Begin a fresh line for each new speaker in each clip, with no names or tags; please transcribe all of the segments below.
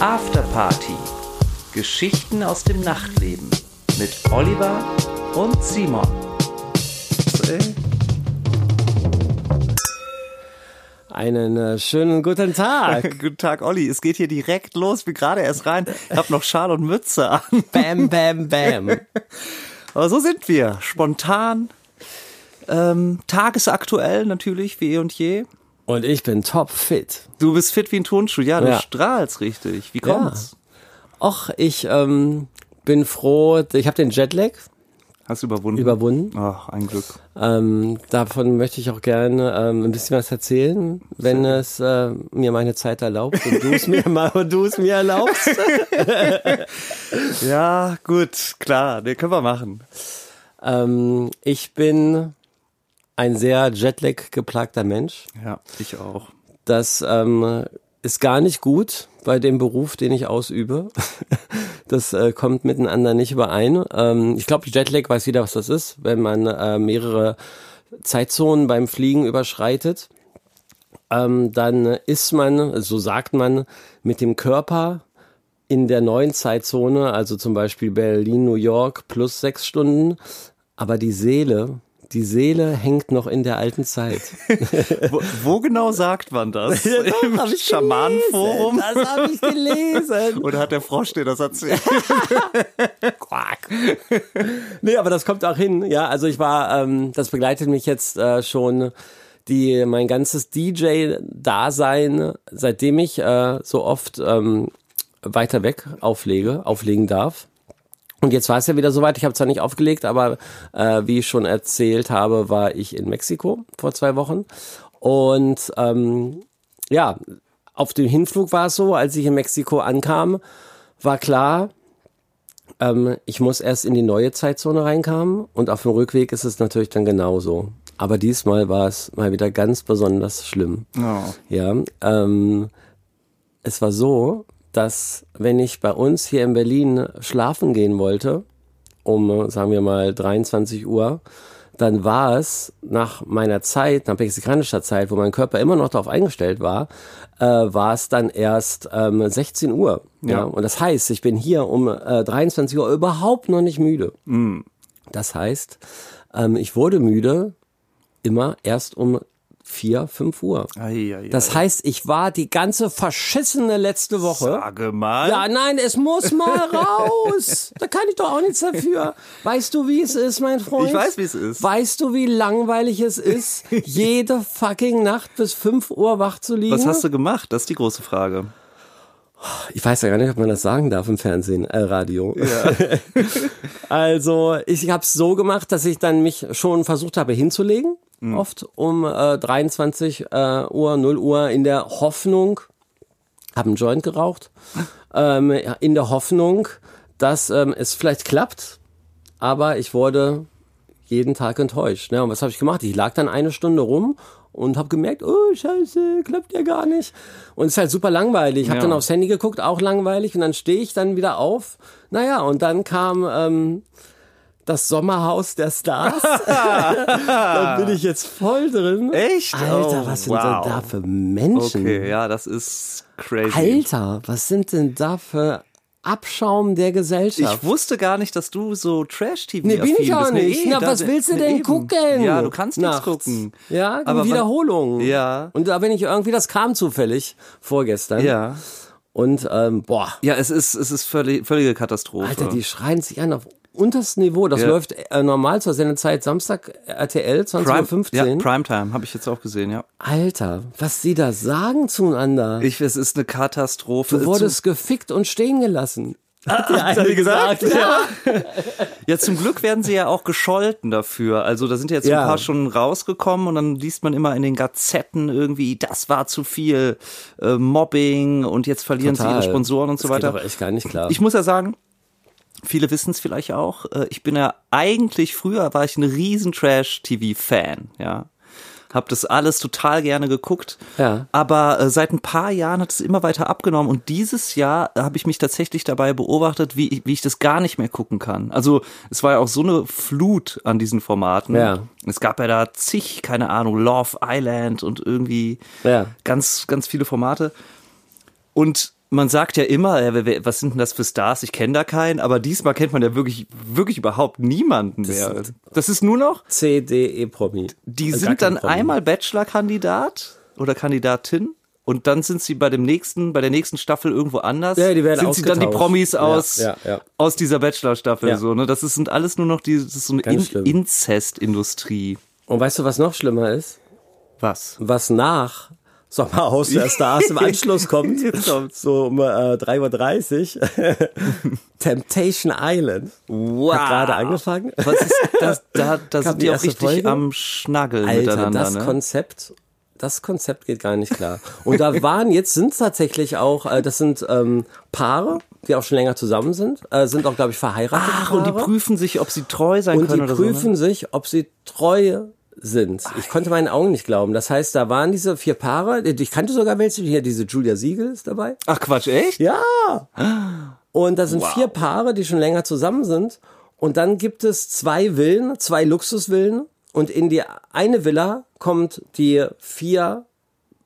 Afterparty. Geschichten aus dem Nachtleben mit Oliver und Simon.
Äh,
Einen äh, schönen guten Tag.
Guten Tag, Olli. Es geht hier direkt los. Ich bin gerade erst rein. Hab noch Schal und Mütze an.
Bam, bam, bam.
Aber so sind wir. Spontan. Ähm, tagesaktuell natürlich, wie eh und je.
Und ich bin topfit.
Du bist fit wie ein Turnschuh. Ja, du
Ja.
strahlst richtig. Wie kommt's?
Och, ich ähm, bin froh. Ich habe den Jetlag
Hast du überwunden?
überwunden.
Ach, ein Glück.
Ähm, davon möchte ich auch gerne ähm, ein bisschen was erzählen, wenn es äh, mir meine Zeit erlaubt und du es mir mal und du es mir erlaubst.
Ja, gut, klar. Den können wir machen.
ähm, ich bin ein sehr Jetlag geplagter Mensch.
Ja, ich auch.
Das ähm, ist gar nicht gut bei dem Beruf, den ich ausübe. Das äh, kommt miteinander nicht überein. Ähm, ich glaube, Jetlag weiß jeder, was das ist, wenn man äh, mehrere Zeitzonen beim Fliegen überschreitet. Ähm, dann ist man, so sagt man, mit dem Körper in der neuen Zeitzone, also zum Beispiel Berlin, New York, plus sechs Stunden. Aber die Seele, die Seele hängt noch in der alten Zeit.
Wo, wo genau sagt man das? Im
hab ich
Schamanenforum?
gelesen. Das habe ich gelesen.
Oder hat der Frosch dir das erzählt?
Quark. nee, aber das kommt auch hin. Ja, also ich war, ähm, das begleitet mich jetzt äh, schon die mein ganzes DJ-Dasein, seitdem ich äh, so oft ähm, weiter weg auflege, auflegen darf. Und jetzt war es ja wieder soweit. Ich habe zwar nicht aufgelegt, aber äh, wie ich schon erzählt habe, war ich in Mexiko vor zwei Wochen. Und ähm, ja, auf dem Hinflug war es so, als ich in Mexiko ankam, war klar, ähm, ich muss erst in die neue Zeitzone reinkamen und auf dem Rückweg ist es natürlich dann genauso. Aber diesmal war es mal wieder ganz besonders schlimm.
Oh.
Ja, ähm, es war so, dass wenn ich bei uns hier in Berlin schlafen gehen wollte, um, äh, sagen wir mal, 23 Uhr, dann war es nach meiner Zeit, nach mexikanischer Zeit, wo mein Körper immer noch darauf eingestellt war, äh, war es dann erst ähm, 16 Uhr. Ja. Und das heißt, ich bin hier um äh, 23 Uhr überhaupt noch nicht müde. Das heißt, ähm, ich wurde müde immer erst um 4, 5 Uhr.
Ei, ei,
Das heißt, ich war die ganze verschissene letzte Woche.
Sage mal.
Ja, nein, es muss mal raus. Da kann ich doch auch nichts dafür. Weißt du, wie es ist, mein Freund?
Ich weiß, wie es ist.
Weißt du, wie langweilig es ist, jede fucking Nacht bis 5 Uhr wach zu liegen?
Was hast du gemacht? Das ist die große Frage.
Ich weiß ja gar nicht, ob man das sagen darf im Fernsehen, äh, Radio. also ich habe es so gemacht, dass ich dann mich schon versucht habe hinzulegen, oft um äh, 23 äh, Uhr, 0 Uhr in der Hoffnung, habe einen Joint geraucht, ähm, in der Hoffnung, dass ähm, es vielleicht klappt, aber ich wurde jeden Tag enttäuscht. Ne? Und was habe ich gemacht? Ich lag dann eine Stunde rum und habe gemerkt, oh Scheiße, klappt ja gar nicht. Und es ist halt super langweilig. Ich habe
Ja.
dann aufs Handy geguckt, auch langweilig. Und dann stehe ich dann wieder auf. Naja, und dann kam ähm, das Sommerhaus der Stars. da bin ich jetzt voll drin.
Echt?
Alter,
Oh,
was sind
wow.
denn da für Menschen?
Okay, ja, das ist crazy.
Alter, was sind denn da für Abschaum der Gesellschaft?
Ich wusste gar nicht, dass du so Trash-TV
Nee, bin
affin
ich auch
bist. Nee,
nicht.
eh,
Na,
da-
was willst du
nee,
denn
eben.
gucken?
Ja, du kannst nichts
Nachts.
gucken.
Ja,
Aber
aber
wann-
Wiederholung.
Ja.
Und da bin ich irgendwie, das kam zufällig vorgestern.
Ja.
Und ähm, boah,
Ja, es ist, es ist völlig, völlige Katastrophe.
Alter, die schreien sich an auf unterstem Niveau. Das
Ja.
läuft äh, normal zur Sendezeit Samstag RTL
Prime,
20.15
ja,
Uhr.
Primetime, habe ich jetzt auch gesehen, ja.
Alter, was sie da sagen zueinander.
Ich, es ist eine Katastrophe.
du wurdest gefickt und stehen gelassen. Hat der
das
eine
hat die gesagt. Ja. ja, zum Glück werden sie ja auch gescholten dafür. Also da sind jetzt
Ja.
ein paar schon rausgekommen und dann liest man immer in den Gazetten irgendwie, das war zu viel äh, Mobbing und jetzt verlieren sie
Total.
ihre Sponsoren und so
Das geht
weiter.
doch echt gar nicht klar.
Ich muss ja sagen, viele wissen es vielleicht auch. äh, Ich bin ja eigentlich früher war ich ein riesen Trash-TV-Fan, ja. Hab das alles total gerne geguckt.
Ja.
Aber äh, seit ein paar Jahren hat es immer weiter abgenommen und dieses Jahr habe ich mich tatsächlich dabei beobachtet, wie, ich- wie ich das gar nicht mehr gucken kann. Also es war ja auch so eine Flut an diesen Formaten.
Ja.
Es gab ja da zig, keine Ahnung, Love Island und irgendwie
Ja.
ganz, ganz viele Formate. Und man sagt ja immer, äh, wer- wer- was sind denn das für Stars? Ich kenne da keinen, aber diesmal kennt man ja wirklich, wirklich überhaupt niemanden mehr. Das ist nur noch,
C, D, E Promi.
die
Also gar
sind
kein
dann
Promi.
einmal Bachelor-Kandidat oder Kandidatin und dann sind sie bei dem nächsten, bei der nächsten Staffel irgendwo anders.
Ja, die werden
sind sie dann die
ausgetauscht.
Promis
Ja,
aus,
ja, ja.
aus dieser Bachelor-Staffel.
Ja.
So, ne? Das ist, sind alles nur noch die, das ist so eine
Ganz
In
schlimm.
Inzest-Industrie.
Und weißt du, was noch schlimmer ist?
Was?
Was nach Sommerhaus der Stars im Anschluss kommt,
Jetzt kommt's.
so um äh, 3.30 Uhr, Temptation Island.
Wow.
Hat gerade angefangen.
Was ist das? Da, da
Kam
sind
die
die auch
erste
richtig
Folge?
am Schnaggeln
Alter,
miteinander.
das
ne?
Konzept, das Konzept geht gar nicht klar. Und da waren jetzt sind tatsächlich auch, äh, das sind ähm, Paare, die auch schon länger zusammen sind, äh, sind auch glaube ich verheiratet.
Ach, und die
Paare.
prüfen sich, ob sie treu sein
und die
können oder
prüfen
so. Ne?
sich, ob sie treu sind. Ich konnte meinen Augen nicht glauben. Das heißt, da waren diese vier Paare. Ich kannte sogar welche. Hier diese Julia Siegel ist dabei.
Ach Quatsch, echt?
Ja. Und da sind vier Paare, die schon länger zusammen sind. Und dann gibt es zwei Villen, zwei Luxusvillen. Und in die eine Villa kommt die vier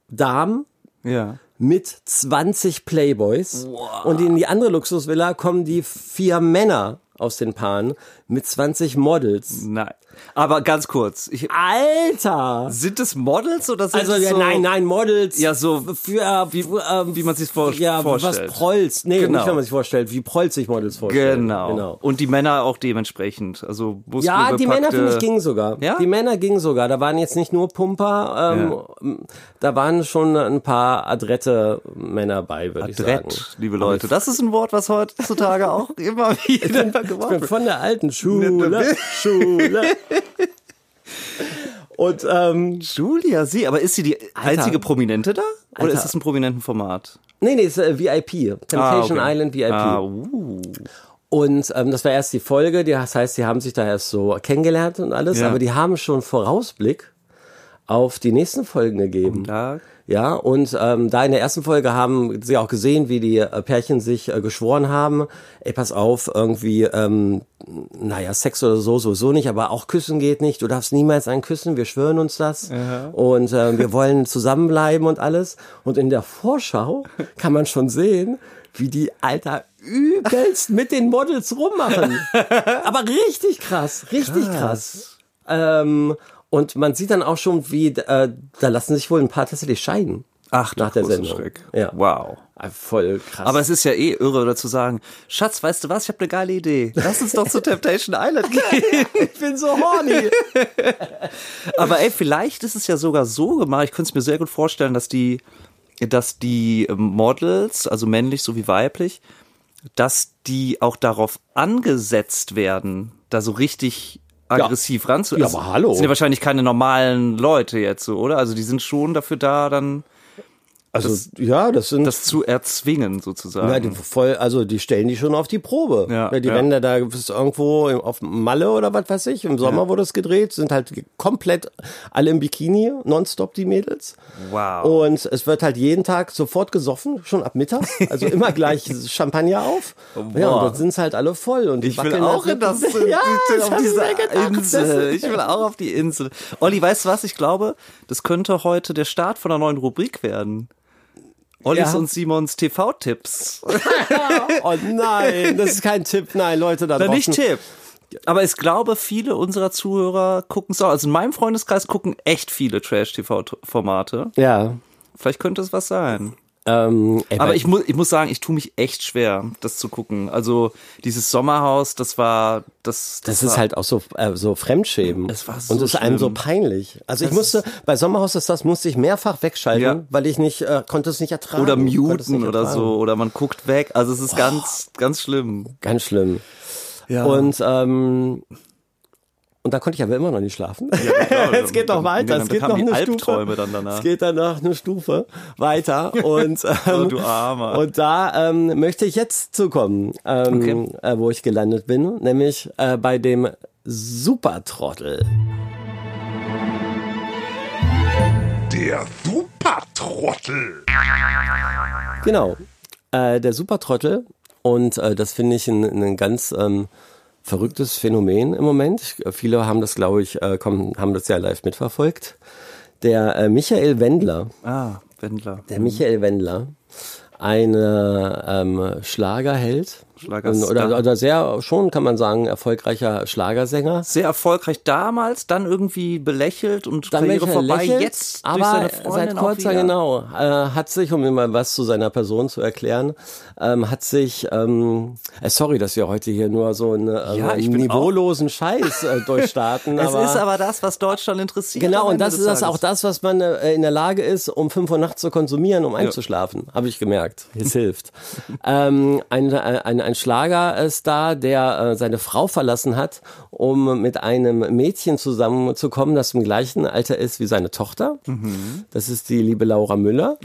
Damen
Ja.
mit 20 Playboys. Und in die andere Luxusvilla kommen die vier Männer aus den Paaren mit 20 Models.
Nein. Aber ganz kurz. Ich,
Alter!
sind es Models oder sind
Also
es
ja,
so,
nein, nein, Models.
Ja, so-
für, äh, wie, ähm,
wie man sich's vor,
ja,
vorstellt?
was Prolls. Nee,
Genau.
nicht, wenn man sich vorstellt, wie Prolls sich Models vorstellen.
genau.
genau.
Und die Männer auch dementsprechend. Also
Ja, die Männer, finde ich,
gingen.
gingen sogar.
Ja?
Die Männer gingen sogar. Da waren jetzt nicht nur Pumper, ähm, da waren schon ein paar adrette Männer bei, würde ich sagen.
Drett, liebe Leute. Das ist ein Wort, was heutzutage auch immer wieder
Ich
gebraucht
bin
wird.
von der alten Schule, Schule. Und ähm,
Julia, sie, aber ist sie die einzige Prominente da? Oder
Alter.
ist das ein prominenten Format?
nee, nee, ist äh, VIP, Temptation
Ah, okay.
Island VIP.
Ah, uh.
Und ähm, das war erst die Folge, die, das heißt, die haben sich da erst so kennengelernt und alles,
Ja.
aber die haben schon Vorausblick auf die nächsten Folgen gegeben.
Da
Ja, und ähm, da in der ersten Folge haben sie auch gesehen, wie die äh, Pärchen sich äh, geschworen haben, ey, pass auf, irgendwie, ähm, naja, Sex oder so, sowieso nicht, aber auch küssen geht nicht, du darfst niemals einen küssen, wir schwören uns das und ähm, wir wollen zusammenbleiben und alles. Und in der Vorschau kann man schon sehen, wie die Alter übelst mit den Models rummachen. Aber richtig krass, richtig krass. Ähm, und man sieht dann auch schon, wie äh, da lassen sich wohl ein paar tatsächlich scheiden.
Ach,
nach der Sendung.
Schreck.
Ja.
Wow.
Ah, Voll krass.
Aber es ist ja eh irre, dazu sagen, Schatz, weißt du was, ich habe eine geile Idee. Lass uns doch zu Temptation Island gehen.
ich bin so horny.
Aber ey, vielleicht ist es ja sogar so gemacht. Ich könnte es mir sehr gut vorstellen, dass die, dass die ähm, Models, also männlich sowie weiblich, dass die auch darauf angesetzt werden, da so richtig aggressiv ja. ranzu.
Ja, aber hallo.
Sind ja wahrscheinlich keine normalen Leute jetzt so, oder? Also die sind schon dafür da, dann
Also ja, das sind
das zu erzwingen sozusagen.
ja, die voll, also die stellen die schon auf die Probe. Ne,
Ja,
die
ja.
werden da, da ist irgendwo im- auf Malle oder was weiß ich, im Sommer wurde es gedreht, sind halt ge- komplett alle im Bikini, nonstop die Mädels.
Wow.
Und es wird halt jeden Tag sofort gesoffen, schon ab Mittag. Also immer gleich Champagner auf. Ja, und
Boah.
dann sind es halt alle voll. Und die
Ich will
wackeln
auch
halt
in das,
mit. ja,
ich will auf
hab ich
diese
mir gedacht.
Insel. Ich will auch auf die Insel. Olli, weißt du was? Ich glaube, das könnte heute der Start von einer neuen Rubrik werden. Ollis
Ja.
und Simons TV-Tipps.
Oh nein, das ist kein Tipp. Nein, Leute, da
Na,
draußen.
Nicht Tipp. Aber ich glaube, viele unserer Zuhörer gucken es auch. Also in meinem Freundeskreis gucken echt viele Trash-TV-Formate.
Ja.
Vielleicht könnte es was sein.
Ähm, ey,
Aber
bei-
ich, mu ich muss sagen, ich tue mich echt schwer, das zu gucken. Also dieses Sommerhaus, das war das.
Das
war,
ist halt auch so, äh, so Fremdschämen.
Das war so
Und es ist einem so
schlimm.
peinlich. Also ich musste, bei Sommerhaus ist das, musste ich mehrfach wegschalten,
Ja.
weil ich nicht, äh, konnte es nicht ertragen.
oder
Ich konnte es nicht
muten oder
ertragen.
so oder man guckt weg. Also es ist ganz ganz schlimm.
Ganz schlimm.
Ja.
Und, ähm, und da konnte ich aber immer noch nicht schlafen. es geht noch weiter, es geht noch eine
Albträume
Stufe.
dann danach.
Es geht danach eine Stufe weiter und ähm,
du Armer.
und da ähm, möchte ich jetzt zukommen, ähm,
Okay.
äh, wo ich gelandet bin, nämlich äh, bei dem Supertrottel.
Der Supertrottel.
Genau. Äh, der Supertrottel. Und äh, das finde ich ein, ein ganz ähm, verrücktes Phänomen im Moment. Ich, äh, viele haben das, glaube ich, äh, kommen, haben das ja live mitverfolgt. Der äh, Michael Wendler.
Ah, Wendler.
Der Michael Wendler. eine ähm, Schlagerheld.
Schlagerstar.
Oder, oder sehr, schon kann man sagen, erfolgreicher Schlagersänger.
Sehr erfolgreich damals, dann irgendwie belächelt und
Dann
Karriere
welcher
vorbei.
lächelt,
Jetzt durch
aber
seine Freundin
seit
auch
kurzer
wieder.
genau äh, hat sich, um mir mal was zu seiner Person zu erklären, ähm, hat sich ähm, äh, sorry, dass wir heute hier nur so einen äh,
Ja, ich bin
niveaulosen Scheiß äh, durchstarten.
Es
aber,
ist aber das, was Deutschland interessiert. am
genau und
Ende
das
des
ist das
Tages.
auch das, was man äh, in der Lage ist, um fünf Uhr nachts zu konsumieren, um einzuschlafen. Habe ich gemerkt. Es hilft. ähm, ein, äh, ein ein Schlagerstar, der äh, seine Frau verlassen hat, um mit einem Mädchen zusammenzukommen, das im gleichen Alter ist wie seine Tochter.
Mhm.
Das ist die liebe Laura Müller.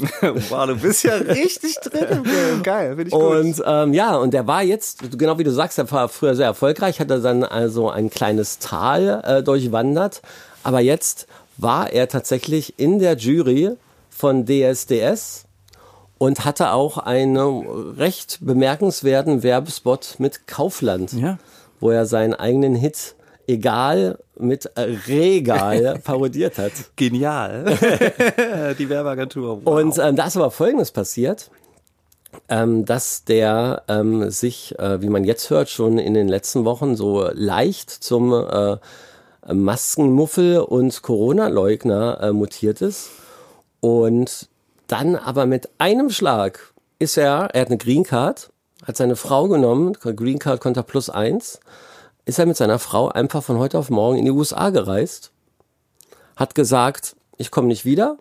Wow, du bist ja richtig drin im Game. Geil, finde ich gut.
Und ähm, ja, und der war jetzt, genau wie du sagst, der war früher sehr erfolgreich, hat er dann also ein kleines Tal äh, durchwandert. Aber jetzt war er tatsächlich in der Jury von DSDS und hatte auch einen recht bemerkenswerten Werbespot mit Kaufland,
Ja.
wo er seinen eigenen Hit Egal mit Regal parodiert hat.
Genial. Die Werbeagentur. Wow.
Und ähm, da ist aber Folgendes passiert, ähm, dass der ähm, sich, äh, wie man jetzt hört, schon in den letzten Wochen so leicht zum äh, Maskenmuffel und Corona-Leugner äh, mutiert ist. Und dann aber mit einem Schlag ist er, er hat eine Green Card, hat seine Frau genommen, Green Card Konter plus eins, ist er mit seiner Frau einfach von heute auf morgen in die USA gereist, hat gesagt, ich komme nicht wieder,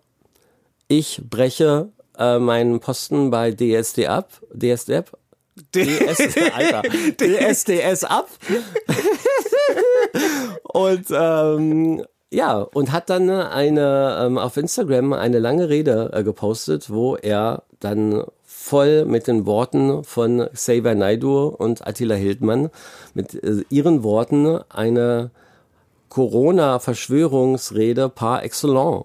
ich breche äh, meinen Posten bei DSD ab, DSD ab, DS, Alter, DSDS ab und ähm, ja, und hat dann eine ähm, auf Instagram eine lange Rede äh, gepostet, wo er dann voll mit den Worten von Xavier Naidu und Attila Hildmann mit äh, ihren Worten eine Corona-Verschwörungsrede par excellence.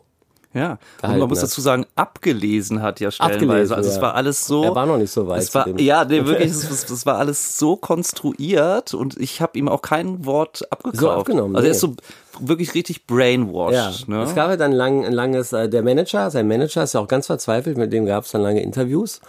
Ja, und man
gehalten
muss
hat.
dazu sagen, abgelesen hat ja stellenweise.
Abgelesen,
also es
ja.
war alles so.
Er war noch nicht so weit
Es war,
zu dem-
ja, nee, wirklich, es, es, es war alles so konstruiert und ich habe ihm auch kein Wort abgekauft.
So abgenommen,
Also er
nee.
ist so wirklich richtig brainwashed.
Ja.
Ne?
Es gab ja dann lang, ein langes, äh, der Manager, sein Manager ist ja auch ganz verzweifelt, mit dem gab es dann lange Interviews.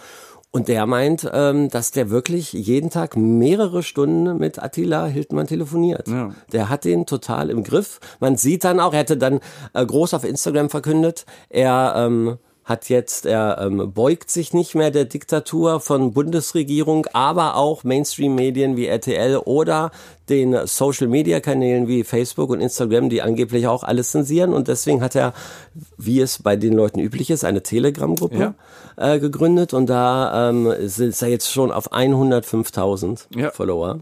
Und der meint, ähm, dass der wirklich jeden Tag mehrere Stunden mit Attila Hildmann telefoniert.
Ja.
Der hat den total im Griff. Man sieht dann auch, er hätte dann äh, groß auf Instagram verkündet, er ähm, hat jetzt, er ähm, beugt sich nicht mehr der Diktatur von Bundesregierung, aber auch Mainstream-Medien wie RTL oder den Social-Media-Kanälen wie Facebook und Instagram, die angeblich auch alles zensieren. Und deswegen hat er, wie es bei den Leuten üblich ist, eine Telegram-Gruppe äh, gegründet. Und da ähm, ist er jetzt schon auf 105.000
Ja.
Follower.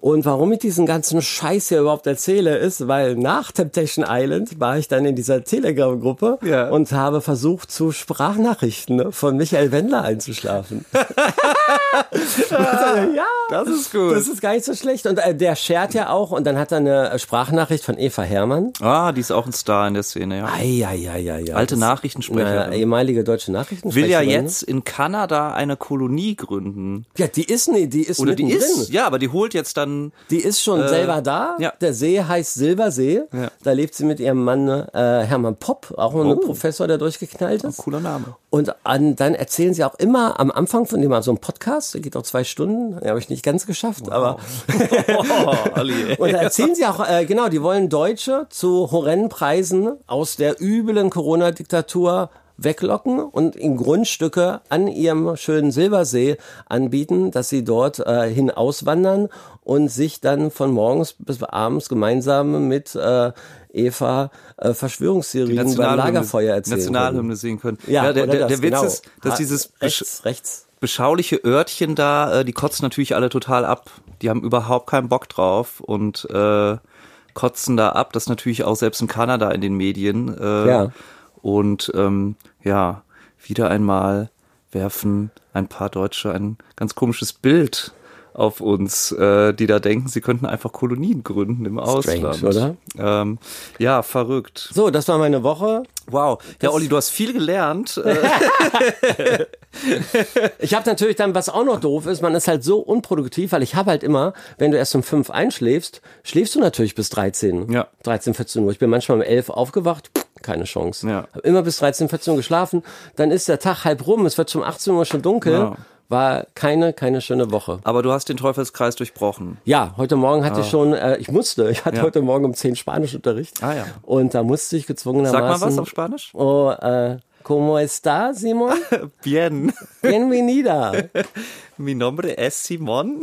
Und warum ich diesen ganzen Scheiß hier überhaupt erzähle, ist, weil nach Temptation Island war ich dann in dieser Telegram-Gruppe
Ja.
und habe versucht, zu Sprachnachrichten ne, von Michael Wendler einzuschlafen. ja,
Das ist gut.
das ist gar nicht so schlecht. Und äh, der schert ja auch. Und dann hat er eine Sprachnachricht von Eva Herrmann.
ah, die ist auch ein Star in der Szene, ja.
Eieieiei.
Alte
Das-
Nachrichtensprecherin.
Eine ehemalige deutsche Nachrichtensprecherin.
Will ja
ne?
jetzt in Kanada eine Kolonie gründen.
Ja, die ist nie, die ist
Oder die
mittendrin.
ist, ja, aber die holt jetzt dann
Die ist schon selber da.
Äh, ja.
Der See heißt Silbersee.
Ja. Oh.
Da lebt sie mit ihrem Mann äh, Hermann Popp, auch ein Professor, der durchgeknallt ist.
cooler Name.
Und an, dann erzählen sie auch immer am Anfang von dem, so einem Podcast, der geht auch zwei Stunden, den habe ich nicht ganz geschafft, aber Oh,
Ali,
und da erzählen sie auch, äh, genau, die wollen Deutsche zu horrenden Preisen aus der üblen Corona-Diktatur weglocken und ihnen Grundstücke an ihrem schönen Silbersee anbieten, dass sie dort äh, hin auswandern und sich dann von morgens bis abends gemeinsam mit äh, Eva äh, Verschwörungstheorien beim
Nationalhymne-
Lagerfeuer erzählen. können.
Nationalhymne singen können.
Ja,
der,
oder
der,
das,
der Witz
genau.
ist, dass
Ah,
dieses besch
rechts, rechts.
beschauliche Örtchen da, äh, die kotzen natürlich alle total ab. Die haben überhaupt keinen Bock drauf und äh, kotzen da ab. Das natürlich auch selbst in Kanada in den Medien. Äh,
Ja.
Und ähm, ja, wieder einmal werfen ein paar Deutsche ein ganz komisches Bild auf uns, äh, die da denken, sie könnten einfach Kolonien gründen im Ausland.
oder?
Ähm, ja, verrückt.
So, das war meine Woche.
Wow. Ja, Olli, du hast viel gelernt. Äh,
Ich habe natürlich dann, was auch noch doof ist, man ist halt so unproduktiv, weil ich habe halt immer, wenn du erst um fünf einschläfst, schläfst du natürlich bis 13.
Ja.
13, 14 Uhr. Ich bin manchmal um elf aufgewacht, keine Chance.
Ja.
Hab immer bis 13, 14 Uhr geschlafen. Dann ist der Tag halb rum, es wird schon 18 Uhr schon dunkel.
Ja.
War keine, keine schöne Woche.
Aber du hast den Teufelskreis durchbrochen.
Ja, heute Morgen hatte ich schon, äh, ich musste, ich hatte
Ja.
heute Morgen um 10 Spanischunterricht.
Ah, ja.
Und da musste ich gezwungenermaßen.
Sag mal was auf Spanisch.
Oh, äh, ¿Cómo está, Simon?
Bien.
Bienvenida.
Mi nombre es Simon.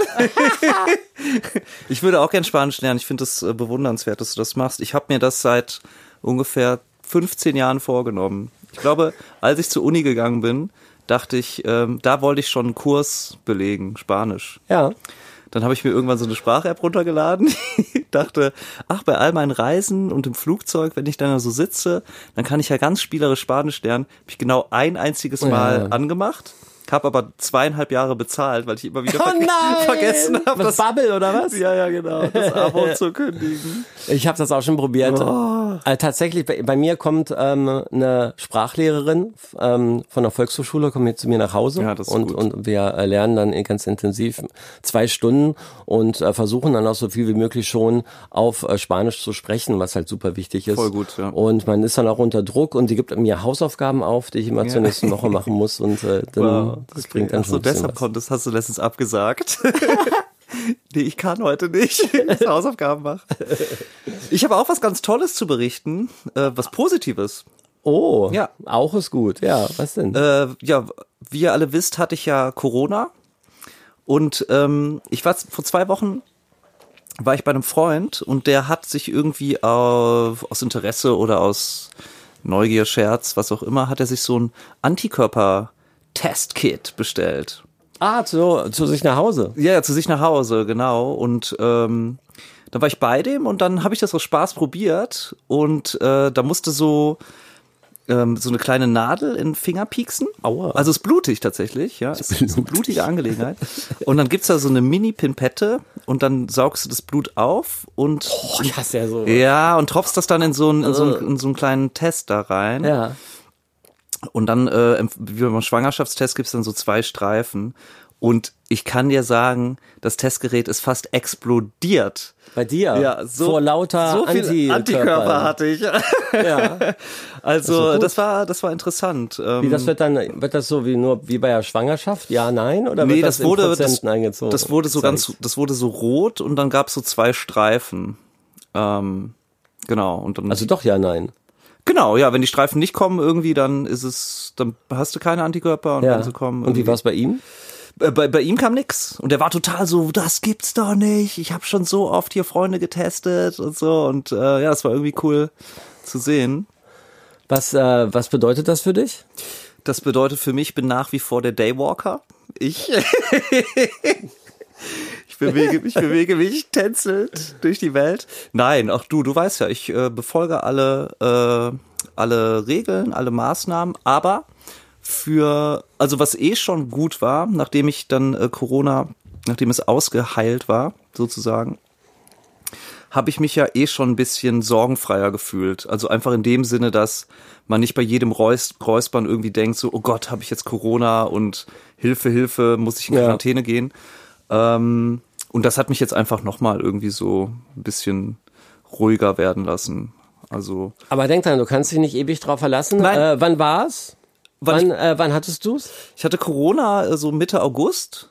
ich würde auch gern Spanisch lernen. Ich finde es das, äh, bewundernswert, dass du das machst. Ich habe mir das seit ungefähr 15 Jahren vorgenommen. Ich glaube, als ich zur Uni gegangen bin, dachte ich, ähm, da wollte ich schon einen Kurs belegen, Spanisch.
Ja.
Dann habe ich mir irgendwann so eine Sprache-App runtergeladen. dachte, ach, bei all meinen Reisen und im Flugzeug, wenn ich dann da so sitze, dann kann ich ja ganz spielerisch Spanisch lernen. Habe ich genau ein einziges Mal angemacht, habe aber zweieinhalb Jahre bezahlt, weil ich immer wieder
Oh
verge-
nein!
vergessen habe,
Was
das,
Bubble oder was?
ja, ja, genau, das Abo zu kündigen.
Ich habe das auch schon probiert.
Oh.
Äh, tatsächlich, bei, bei mir kommt ähm, eine Sprachlehrerin f- ähm, von der Volkshochschule, kommt jetzt zu mir nach Hause
Ja, das ist
und,
gut.
und wir äh, lernen dann eh ganz intensiv zwei Stunden und äh, versuchen dann auch so viel wie möglich schon auf äh, Spanisch zu sprechen, was halt super wichtig ist.
Voll gut, ja.
Und man ist dann auch unter Druck und die gibt mir Hausaufgaben auf, die ich immer zur nächsten Woche machen muss und äh, dann, das
Okay.
bringt dann
Ach so,
schon
also
ein bisschen
deshalb
was.
konntest, hast du letztens abgesagt. nee, ich kann heute nicht. Ich muss Hausaufgaben machen. Ich habe auch was ganz Tolles zu berichten, äh, was Positives.
Oh,
Ja.
auch ist gut. Ja, was denn?
äh, ja, wie ihr alle wisst, hatte ich ja Corona. Und ähm, ich war vor zwei Wochen war ich bei einem Freund und der hat sich irgendwie auf, aus Interesse oder aus Neugier, Scherz, was auch immer, hat er sich so ein Antikörper-Test-Kit bestellt.
ah, zu, zu sich nach Hause.
Ja, ja, zu sich nach Hause, genau. Und ähm, dann war ich bei dem und dann habe ich das aus Spaß probiert und äh, da musste so ähm, so eine kleine Nadel in den Finger pieksen.
Aua.
Also es ist blutig tatsächlich, ja. Es ist eine blutige Angelegenheit. Und dann gibt's da so eine Mini-Pimpette und dann saugst du das Blut auf und
Oh, ich hasse ja so.
ja, und tropfst das dann in so einen, in so einen, in so einen kleinen Test da rein.
Ja.
Und dann, äh, empf- wie beim Schwangerschaftstest, gibt's dann so zwei Streifen. Und ich kann dir sagen, das Testgerät ist fast explodiert.
Bei dir? Vor lauter
so viel
Antikörper.
Antikörper hatte ich.
Ja.
Also
doch gut.
das war, das war interessant. Ähm,
Wie, das wird dann, wird das so wie nur wie bei der Schwangerschaft? Ja, nein? Oder
nee,
wird
das,
das, in
wurde, das,
Prozenten eingezogen?
das wurde so ganz, das wurde so rot und dann gab's so zwei Streifen. Ähm, genau. Und dann
Also doch, ja, nein.
Genau, ja, wenn die Streifen nicht kommen irgendwie, dann ist es, dann hast du keine Antikörper und
Ja.
wenn sie kommen.
Und wie
irgendwie-
war es bei ihm?
Äh, Bei, bei ihm kam nix. Und er war total so, das gibt's doch nicht. Ich habe schon so oft hier Freunde getestet und so. Und äh, ja, es war irgendwie cool zu sehen.
Was, äh, was bedeutet das für dich?
Das bedeutet für mich, ich bin nach wie vor der Daywalker. Ich, ich bewege mich, bewege mich tänzelnd durch die Welt. Nein, auch du, du weißt ja, ich äh, befolge alle, äh, alle Regeln, alle Maßnahmen, aber für, also was eh schon gut war, nachdem ich dann äh, Corona, nachdem es ausgeheilt war, sozusagen, habe ich mich ja eh schon ein bisschen sorgenfreier gefühlt. Also einfach in dem Sinne, dass man nicht bei jedem Reus Räuspern irgendwie denkt, so, oh Gott, habe ich jetzt Corona und Hilfe, Hilfe, muss ich in
Ja.
Quarantäne gehen. Ähm, und das hat mich jetzt einfach nochmal irgendwie so ein bisschen ruhiger werden lassen. Also,
Aber denk dran, du kannst dich nicht ewig drauf verlassen.
Nein.
Äh, wann war's?
Wann
Wann, äh, wann hattest du's?
ich hatte Corona äh, so Mitte August.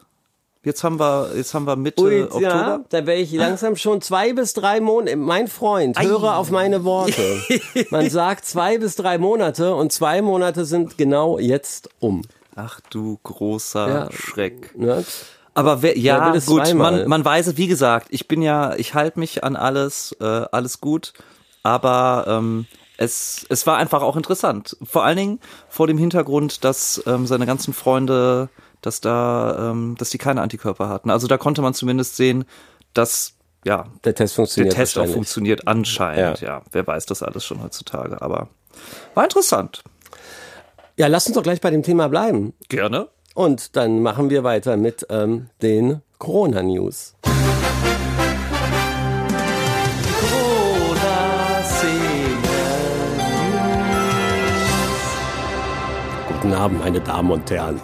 Jetzt haben wir, jetzt haben wir Mitte Oktober.
ja, da wäre ich langsam schon zwei bis drei Monate. Mein Freund, höre auf meine Worte. Man sagt zwei bis drei Monate und zwei Monate sind genau jetzt um.
Ach du großer
Ja.
Schreck.
Ne?
Aber wer,
Wer
ja,
will es
gut,
zweimal?
man, man weiß es, wie gesagt, ich bin ja, ich halte mich an alles, äh, alles gut, aber ähm, es, es war einfach auch interessant. Vor allen Dingen vor dem Hintergrund, dass ähm, seine ganzen Freunde, dass da, ähm, dass die keine Antikörper hatten. Also da konnte man zumindest sehen, dass, ja,
Der Test
der
funktioniert.
Test auch
wahrscheinlich.
funktioniert anscheinend, ja. Wer weiß das alles schon heutzutage, aber war interessant.
Ja, lass uns doch gleich bei dem Thema bleiben.
Gerne.
Und dann machen wir weiter mit ähm, den Corona-News. Guten Abend, meine Damen und Herren.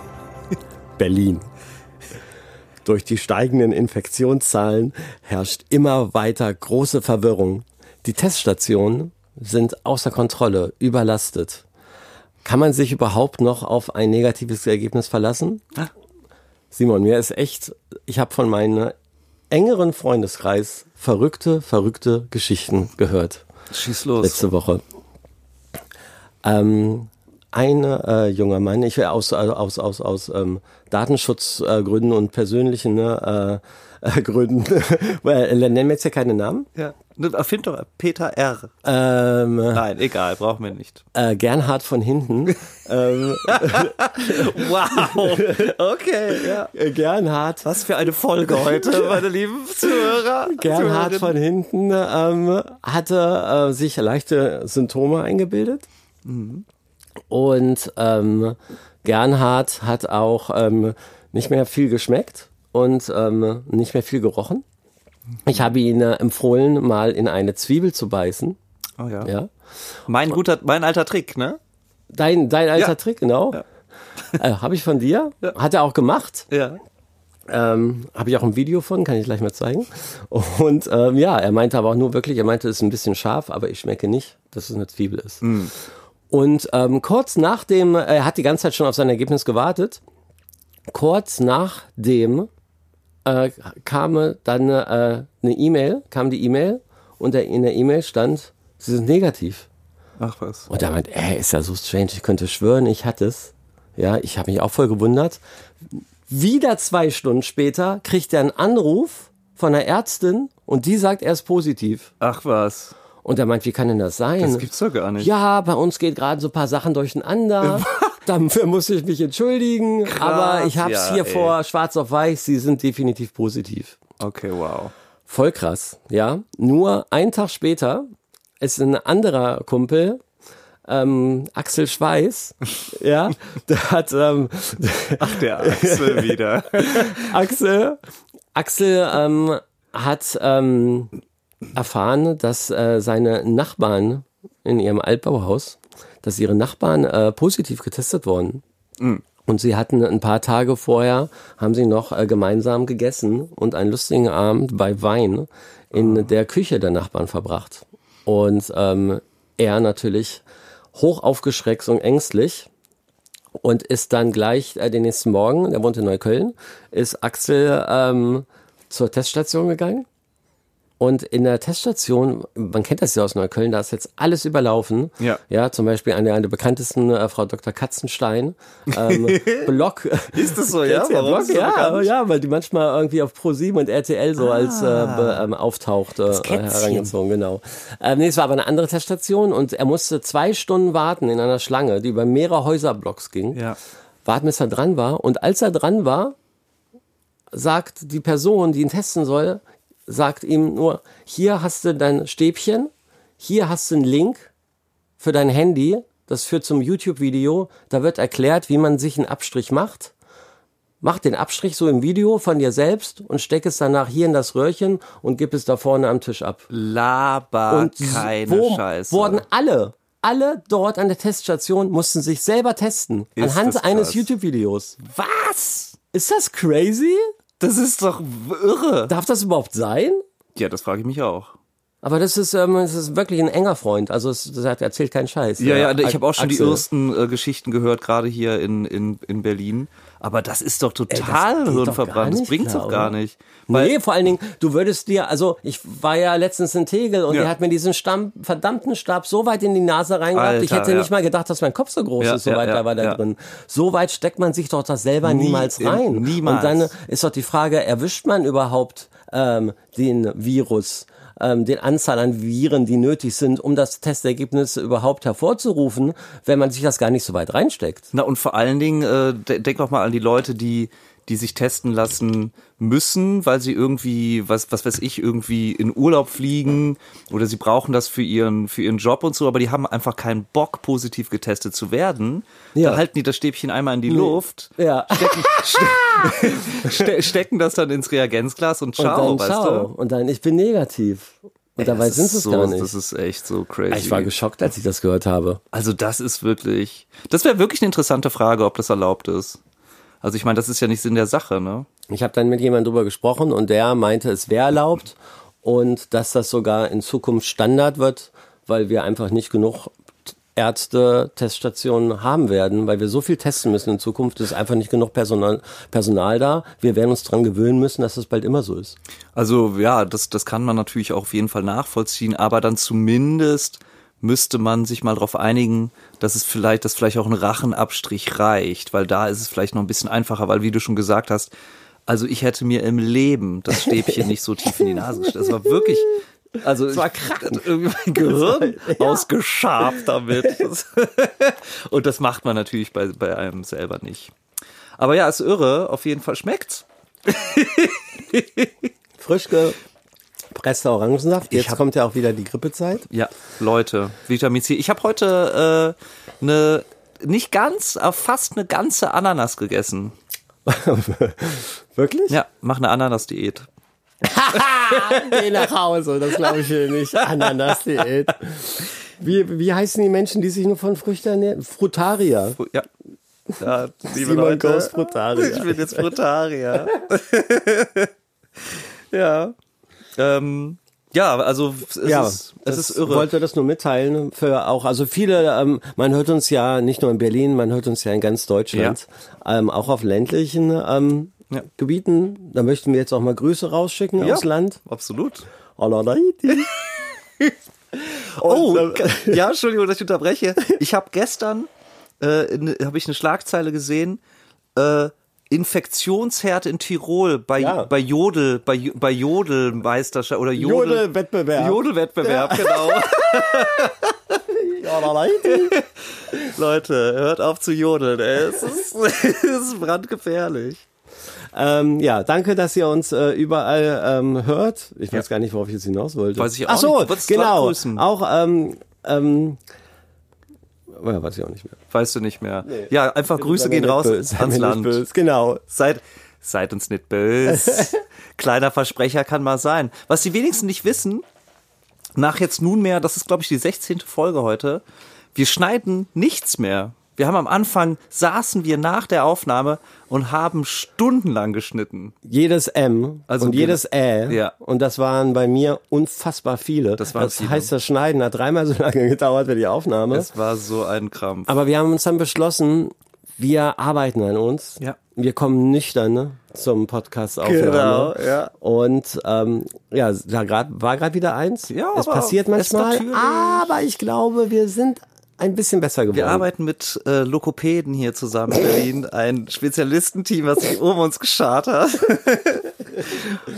Berlin. Durch die steigenden Infektionszahlen herrscht immer weiter große Verwirrung. Die Teststationen sind außer Kontrolle, überlastet. Kann man sich überhaupt noch auf ein negatives Ergebnis verlassen? Simon, mir ist echt, ich habe von meinem engeren Freundeskreis verrückte, verrückte Geschichten gehört
Schieß los.
letzte Woche. Ähm, ein äh, junger Mann, ich will aus, äh, aus, aus, aus ähm, Datenschutzgründen äh, Gründen und persönlichen ne, äh, äh, Gründen, well, äh, nennen wir jetzt ja keine Namen,
Ja. Ne, Erfind doch Peter R.
ähm,
Nein, egal, brauchen wir nicht.
äh, Gernhard von hinten, ähm,
Wow. Okay, ja.
äh, Gernhard,
Was für eine Folge heute, meine lieben Zuhörer.
Gernhard
Zuhörerinnen.
von hinten ähm, hatte äh, sich leichte Symptome eingebildet. Und ähm, Gernhard hat auch ähm, nicht mehr viel geschmeckt und ähm, nicht mehr viel gerochen. Ich habe ihn äh, empfohlen, mal in eine Zwiebel zu beißen.
Oh ja.
Ja.
Mein guter, mein alter Trick, ne?
Dein, dein alter
Ja.
Trick, genau. Äh, habe ich von dir. Hat er auch gemacht.
Ja.
Ähm, Habe ich auch ein Video von, kann ich gleich mal zeigen. Und ähm, ja, er meinte aber auch nur wirklich, er meinte, es ist ein bisschen scharf, aber ich schmecke nicht, dass es eine Zwiebel ist. Und ähm, kurz nach dem, äh, er hat die ganze Zeit schon auf sein Ergebnis gewartet, kurz nach dem äh, kam dann äh, eine E-Mail, kam die E-Mail und der, in der E-Mail stand, sie sind negativ.
Ach was.
Und er meint, ey, ist ja so strange, ich könnte schwören, ich hatte es. Ja, ich habe mich auch voll gewundert. Wieder zwei Stunden später kriegt er einen Anruf von einer Ärztin und die sagt, er ist positiv.
Ach was.
Und er meint, wie kann denn das sein?
Das gibt's doch gar nicht.
Ja, bei uns geht gerade so ein paar Sachen durcheinander. Dafür muss ich mich entschuldigen. aber ich hab's
ja,
hier
ey.
vor schwarz auf weiß, sie sind definitiv positiv.
Okay, wow.
Voll krass, ja. Nur einen Tag später ist ein anderer Kumpel, ähm, Axel Schweiß, ja, der hat ähm,
Der Axel wieder.
Axel, Axel ähm, hat ähm, erfahren, dass äh, seine Nachbarn in ihrem Altbauhaus, dass ihre Nachbarn äh, positiv getestet wurden. Und sie hatten ein paar Tage vorher, haben sie noch äh, gemeinsam gegessen und einen lustigen Abend bei Wein in der Küche der Nachbarn verbracht. Und ähm, er natürlich hoch aufgeschreckt und ängstlich und ist dann gleich äh, den nächsten Morgen, der wohnt in Neukölln, ist Axel ähm, zur Teststation gegangen. Und in der Teststation, man kennt das ja aus Neukölln, da ist jetzt alles überlaufen.
Ja.
Ja, zum Beispiel eine, eine der bekanntesten, äh, Frau Dr. Katzenstein, ähm, Block.
Ist das so, ja?
RTL
Warum
Block,
ist das so
ja,
bekannt?
Äh, ja, weil die manchmal irgendwie auf ProSieben und RTL so als äh, be- ähm, auftaucht, äh, herangezogen, genau. Ähm, nee, es war aber eine andere Teststation und er musste zwei Stunden warten in einer Schlange, die über mehrere Häuserblocks ging.
Ja.
Warten, bis er dran war. Und als er dran war, sagt die Person, die ihn testen soll, sagt ihm nur, hier hast du dein Stäbchen, hier hast du einen Link für dein Handy, das führt zum YouTube-Video, da wird erklärt, wie man sich einen Abstrich macht. Mach den Abstrich so im Video von dir selbst und steck es danach hier in das Röhrchen und gib es da vorne am Tisch ab.
Laber
Und
Ah, keine
wo
Scheiße.
wurden alle, alle dort an der Teststation mussten sich selber testen.
Ist das
anhand eines
krass.
YouTube-Videos.
Was?
Ist das crazy?
Das ist doch irre.
Darf das überhaupt sein?
Ja, das frage ich mich auch.
Aber das ist, ähm, das ist wirklich ein enger Freund. Also es, das hat, erzählt keinen Scheiß.
Ja, ja, ich habe auch schon die
Axel.
ersten äh, Geschichten gehört, gerade hier in, in, in Berlin. Aber das ist doch
geht
total
doch gar
hirnverbrannt. Das
nicht
bringt's
klar,
doch
oder?
gar nicht.
nee, vor allen Dingen, du würdest dir, also ich war ja letztens in Tegel und
Ja.
der hat mir diesen Stamm, verdammten Stab so weit in die Nase reingehabt, ich
Alter,
hätte
ja.
nicht mal gedacht, dass mein Kopf so groß
Ja,
ist, so
ja,
weit
ja,
da war der
ja.
drin. So weit steckt man sich doch das selber
Nie
niemals
im-
rein.
niemals.
Und dann ist doch die Frage, erwischt man überhaupt ähm, den Virus? ähm, den Anzahl an Viren, die nötig sind, um das Testergebnis überhaupt hervorzurufen, wenn man sich das gar nicht so weit reinsteckt.
Na und vor allen Dingen, äh, de denk doch mal an die Leute, die, die sich testen lassen müssen, weil sie irgendwie, was, was weiß ich, irgendwie in Urlaub fliegen oder sie brauchen das für ihren, für ihren Job und so, aber die haben einfach keinen Bock, positiv getestet zu werden.
Ja.
Dann halten die das Stäbchen einmal in die Luft,
Ja.
stecken, ste ste stecken das dann ins Reagenzglas und
Und
ciao,
dann
weißt
ciao.
du?
Und dann, ich bin negativ. Und dabei
Das
sind
ist
sie es
so,
gar nicht. Ah,
Das ist echt so crazy.
Ich war geschockt, als ich das gehört habe.
Also das ist wirklich, das wäre wirklich eine interessante Frage, ob das erlaubt ist. Also ich meine, das ist ja nicht Sinn der Sache, ne?
Ich habe dann mit jemandem drüber gesprochen und der meinte, es wäre erlaubt und dass das sogar in Zukunft Standard wird, weil wir einfach nicht genug Ärzte, Teststationen haben werden, weil wir so viel testen müssen in Zukunft, ist einfach nicht genug Personal, Personal da. Wir werden uns dran gewöhnen müssen, dass das bald immer so ist.
Also ja, das, das kann man natürlich auch auf jeden Fall nachvollziehen, aber dann zumindest müsste man sich mal darauf einigen, dass es vielleicht, dass vielleicht auch ein Rachenabstrich reicht, weil da ist es vielleicht noch ein bisschen einfacher, weil wie du schon gesagt hast, also ich hätte mir im Leben das Stäbchen nicht so tief in die Nase gestellt. Das war wirklich, also es war krass. Irgendwie mein Gehirn ausgeschabt damit. Das- Und das macht man natürlich bei, bei einem selber nicht. Aber ja, ist irre. Auf jeden Fall schmeckt's.
Frisch gepresster Orangensaft. Jetzt
hab-
kommt ja auch wieder die Grippezeit.
Ja, Leute, Vitamin C. Ich habe heute äh, eine nicht ganz, aber fast eine ganze Ananas gegessen.
Wirklich?
Ja, mach eine Ananas-Diät.
Geh nach Hause, das glaube ich hier nicht. Ananas-Diät. Wie, wie heißen die Menschen, die sich nur von Früchten ernähren? Frutaria.
Ja. ja liebe
Simon
Leute,
Goes Frutaria.
Ich bin jetzt Frutarier. ja. Ähm, ja, also es, ist, es
das
ist irre.
wollte das nur mitteilen für auch, also viele, ähm, man hört uns ja nicht nur in Berlin, man hört uns ja in ganz Deutschland, ähm, auch auf ländlichen ähm,
Ja.
Gebieten. Da möchten wir jetzt auch mal Grüße rausschicken
Ja,
aufs Land.
Absolut.
Alalaiti.
Oh,
Und, äh,
ge- ja, Entschuldigung, dass ich unterbreche. Ich habe gestern äh, habe ich eine Schlagzeile gesehen. Äh, Infektionsherd in Tirol bei
Ja.
bei Jodel bei Jo- bei Jodelmeisterschaft oder Jodel,
Jodelwettbewerb.
Jodelwettbewerb genau.
Alalaiti.
Leute, hört auf zu jodeln. Ey. Es, ist, es ist brandgefährlich.
Ähm, ja, danke, dass ihr uns äh, überall ähm, hört. Ich weiß
Ja.
gar nicht, worauf ich jetzt hinaus wollte.
Weiß ich auch
Ach so,
nicht. Würdest du
genau.
grüßen?
Auch ähm, ähm, ja, weiß ich auch nicht mehr.
Weißt du nicht mehr. Ja, einfach Grüße
Sei mir
gehen
nicht
raus
böse,
ins
sei mir
ans
nicht
Land.
böse. Genau.
Seid, seid uns nicht böse. Kleiner Versprecher kann mal sein. Was die wenigsten nicht wissen, nach jetzt nunmehr, das ist glaube ich die 16. Folge heute, wir schneiden nichts mehr. Wir haben am Anfang, saßen wir nach der Aufnahme und haben stundenlang geschnitten.
Jedes M
Also
also und
genau.
jedes Ä.
Ja.
Und das waren bei mir unfassbar viele.
Das waren viele.
heißt, das Schneiden hat dreimal so lange gedauert wie die Aufnahme.
Es war so ein Krampf.
Aber wir haben uns dann beschlossen, wir arbeiten an uns.
Ja.
Wir kommen nüchtern ne, zum Podcast aufnahme
Genau, ja.
Und ähm, ja, da grad, war gerade wieder eins.
Ja,
es
aber
passiert
es
manchmal.
natürlich-
Aber ich glaube, wir sind ein bisschen besser geworden.
Wir arbeiten mit äh, Lokopäden hier zusammen in Berlin, ein Spezialistenteam, was sich um uns geschart hat.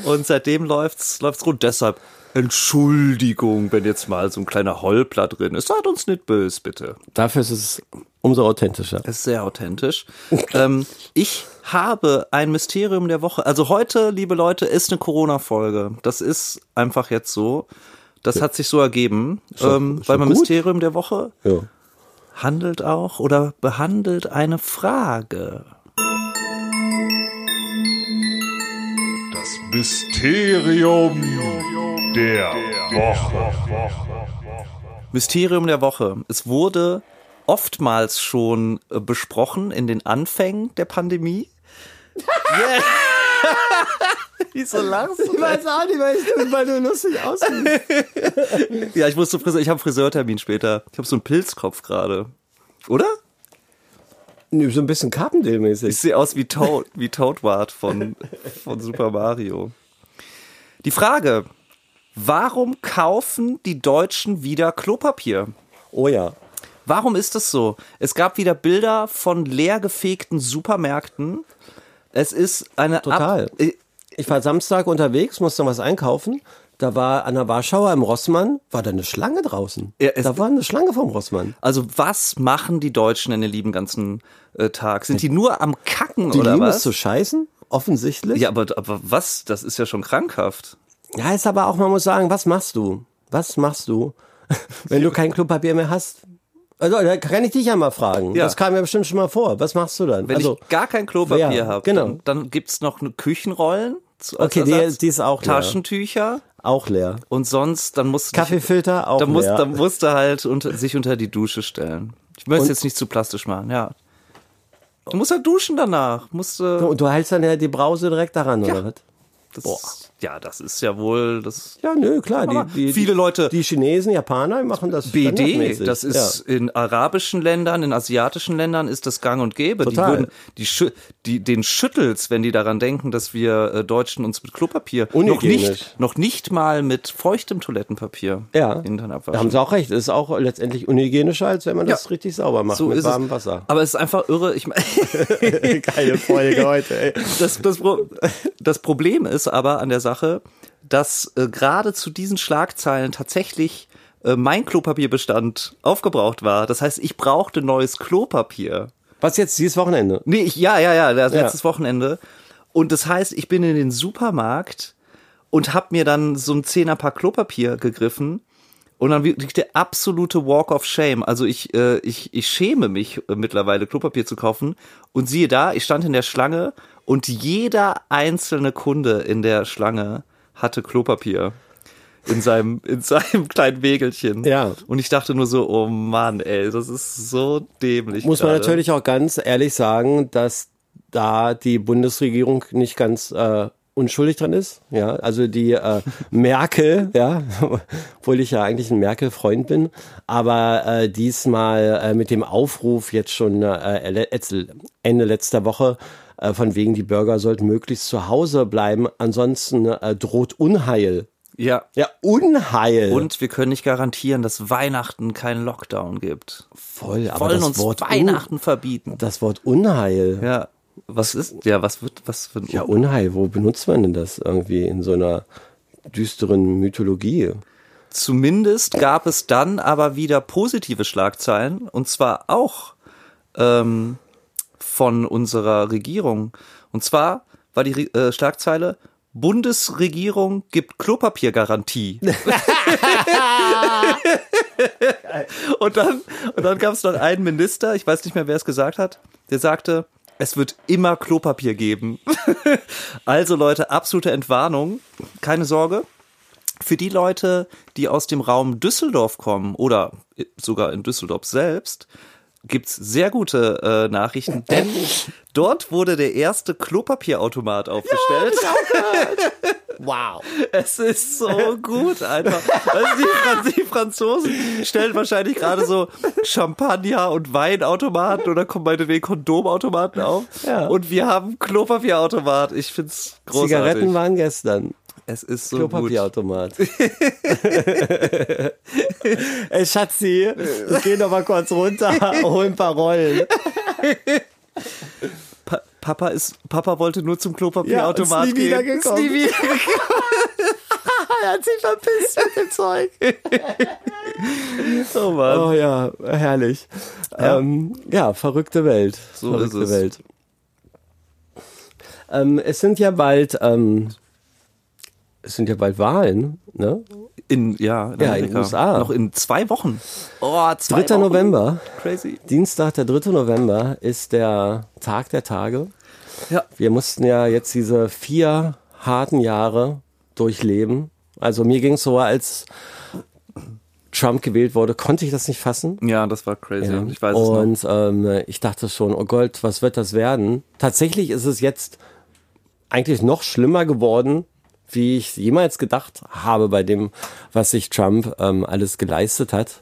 Und seitdem läuft's läuft's rund. Deshalb Entschuldigung, wenn jetzt mal so ein kleiner Holpler drin ist. Seid uns nicht böse, bitte.
Dafür ist es umso authentischer.
Das ist sehr authentisch. ähm, ich habe ein Mysterium der Woche. Also heute, liebe Leute, ist eine Corona-Folge. Das ist einfach jetzt so. Das hat sich so ergeben. ähm,
ist
weil
doch
mein
gut.
Mysterium der Woche
Ja.
handelt auch oder behandelt eine Frage.
Das Mysterium der Woche.
Mysterium der Woche. Es wurde oftmals schon äh, besprochen in den Anfängen der Pandemie. Yeah. Wieso lachst du?
weiß auch nicht, weil, ich, weil du lustig aussiehst.
Ja, ich musste Friseur, ich habe Friseurtermin später. Ich habe so einen Pilzkopf gerade. Oder?
Nee, so ein bisschen Carpendale-mäßig.
Ich sehe aus wie Toad, wie Toadwart von, von Super Mario. Die Frage, warum kaufen die Deutschen wieder Klopapier?
Oh ja.
Warum ist das so? Es gab wieder Bilder von leergefegten Supermärkten. Es ist eine
Total.
Ab äh,
Ich war Samstag unterwegs, musste was einkaufen. Da war an der Warschauer im Rossmann, war da eine Schlange draußen.
Ja, es-
da war eine Schlange vom Rossmann.
also was machen die Deutschen in den lieben ganzen äh, Tag? Sind die nur am Kacken
Die
oder
lieben
was?
es zu scheißen, offensichtlich.
ja, aber, aber was? Das ist ja schon krankhaft.
ja, ist aber auch, man muss sagen, was machst du? Was machst du, wenn du kein Klopapier mehr hast? Also, da kann ich dich ja mal fragen.
Ja.
Das kam mir bestimmt schon mal vor. Was machst du dann?
Wenn
also,
ich gar kein Klopapier
ja,
habe,
genau.
dann, dann gibt's noch eine Küchenrollen. zu- als
okay, die,
Ersatz,
die ist auch leer.
Taschentücher
Auch leer.
und sonst, dann musst du dich-
Kaffeefilter auch
dann musst,
leer.
dann musst du halt unter, sich unter die Dusche stellen. Ich möchte es jetzt nicht zu plastisch machen, ja. Du musst halt duschen danach. Musst, äh,
Und du hältst dann ja die Brause direkt daran, oder was?
Das, Boah. Ja, das ist ja wohl das.
Ja, nö, klar. Die, die,
viele Leute.
Die Chinesen, Japaner machen das.
BD,
standardmäßig.
das ist in arabischen Ländern, in asiatischen Ländern ist das gang und gäbe.
Total.
Die würden, die, schü- die, den schüttelt's, wenn die daran denken, dass wir äh, Deutschen uns mit Klopapier noch
Unhygienisch.
nicht, noch nicht mal mit feuchtem Toilettenpapier
Ja. ja.
intern abwaschen.
Da haben sie auch recht. Ist auch letztendlich unhygienischer, als wenn man
Ja.
das richtig sauber macht
so
mit
ist
warmem
es.
Wasser.
Aber es ist einfach irre. Ich meine,
Geile Folge heute, ey.
das, das, Pro- das Problem ist aber an der Sache, dass äh, gerade zu diesen Schlagzeilen tatsächlich äh, mein Klopapierbestand aufgebraucht war. Das heißt, ich brauchte neues Klopapier.
Was jetzt dieses Wochenende?
Nee, ich, ja, ja, ja, das
Ja.
letztes Wochenende. Und das heißt, ich bin in den Supermarkt und hab mir dann so ein Zehnerpack Klopapier gegriffen. Und dann wirklich der absolute Walk of Shame. Also ich, äh, ich, ich schäme mich äh, mittlerweile, Klopapier zu kaufen. Und siehe da, ich stand in der Schlange und jeder einzelne Kunde in der Schlange hatte Klopapier. In seinem, in seinem kleinen Wägelchen.
Ja.
Und ich dachte nur so, oh Mann, ey, das ist so dämlich.
Muss man
gerade.
natürlich auch ganz ehrlich sagen, dass da die Bundesregierung nicht ganz äh, unschuldig dran ist. Ja, also die äh, Merkel, ja, obwohl ich ja eigentlich ein Merkel-Freund bin, aber äh, diesmal äh, mit dem Aufruf jetzt schon äh, le- etzel- Ende letzter Woche äh, von wegen die Bürger sollten möglichst zu Hause bleiben, ansonsten äh, droht Unheil.
Ja.
Ja, Unheil.
Und wir können nicht garantieren, dass Weihnachten keinen Lockdown gibt.
voll, aber
Wollen
das
uns
Wort oh. Un-
Weihnachten verbieten.
das Wort Unheil.
Ja. Was ist, ja, was wird, was für ein
Ja, Unheil, wo benutzt man denn das irgendwie in so einer düsteren Mythologie?
Zumindest gab es dann aber wieder positive Schlagzeilen und zwar auch ähm, von unserer Regierung. Und zwar war die Re- äh, Schlagzeile Bundesregierung gibt Klopapiergarantie. und dann, und dann gab es noch einen Minister, ich weiß nicht mehr, wer es gesagt hat, der sagte, es wird immer Klopapier geben. also Leute, absolute Entwarnung, keine Sorge. Für die Leute, die aus dem Raum Düsseldorf kommen oder sogar in Düsseldorf selbst, gibt's sehr gute äh, Nachrichten, denn dort wurde der erste Klopapierautomat aufgestellt.
genau. Wow.
Es ist so gut einfach. Also die, Franz die Franzosen stellen wahrscheinlich gerade so Champagner- und Weinautomaten oder kommen meinetwegen Kondomautomaten auf.
Ja.
Und wir haben Klopapierautomat. Ich find's großartig.
Zigaretten waren gestern.
es ist so gut.
Klopapierautomat. Ey, Schatzi, ich geh noch mal kurz runter, hol ein paar Rollen.
Pa Papa ist, Papa wollte nur zum Klopapierautomat
Ja, ist nie
gehen.
wieder gekommen.
Ist nie wieder gekommen. Ah, er hat sich verpisst mit dem Zeug. oh Mann.
Oh ja, herrlich. Ja, ähm, ja verrückte Welt.
So
verrückte
ist es.
Welt. Ähm, es sind ja bald, ähm, es sind ja bald Wahlen, ne?
In, ja, in,
Ja, in
Amerika.
den USA.
Noch in zwei Wochen. Oh, zwei
3.
Wochen.
November.
Crazy.
Dienstag, der 3. November, ist der Tag der Tage.
Ja.
Wir mussten ja jetzt diese vier harten Jahre durchleben. Also mir ging es so, als Trump gewählt wurde, konnte ich das nicht fassen.
Ja, das war crazy.
Ja.
Ich weiß es noch.
Und ähm, ich dachte schon, oh Gott, was wird das werden? Tatsächlich ist es jetzt eigentlich noch schlimmer geworden, wie ich jemals gedacht habe bei dem, was sich Trump ähm, alles geleistet hat.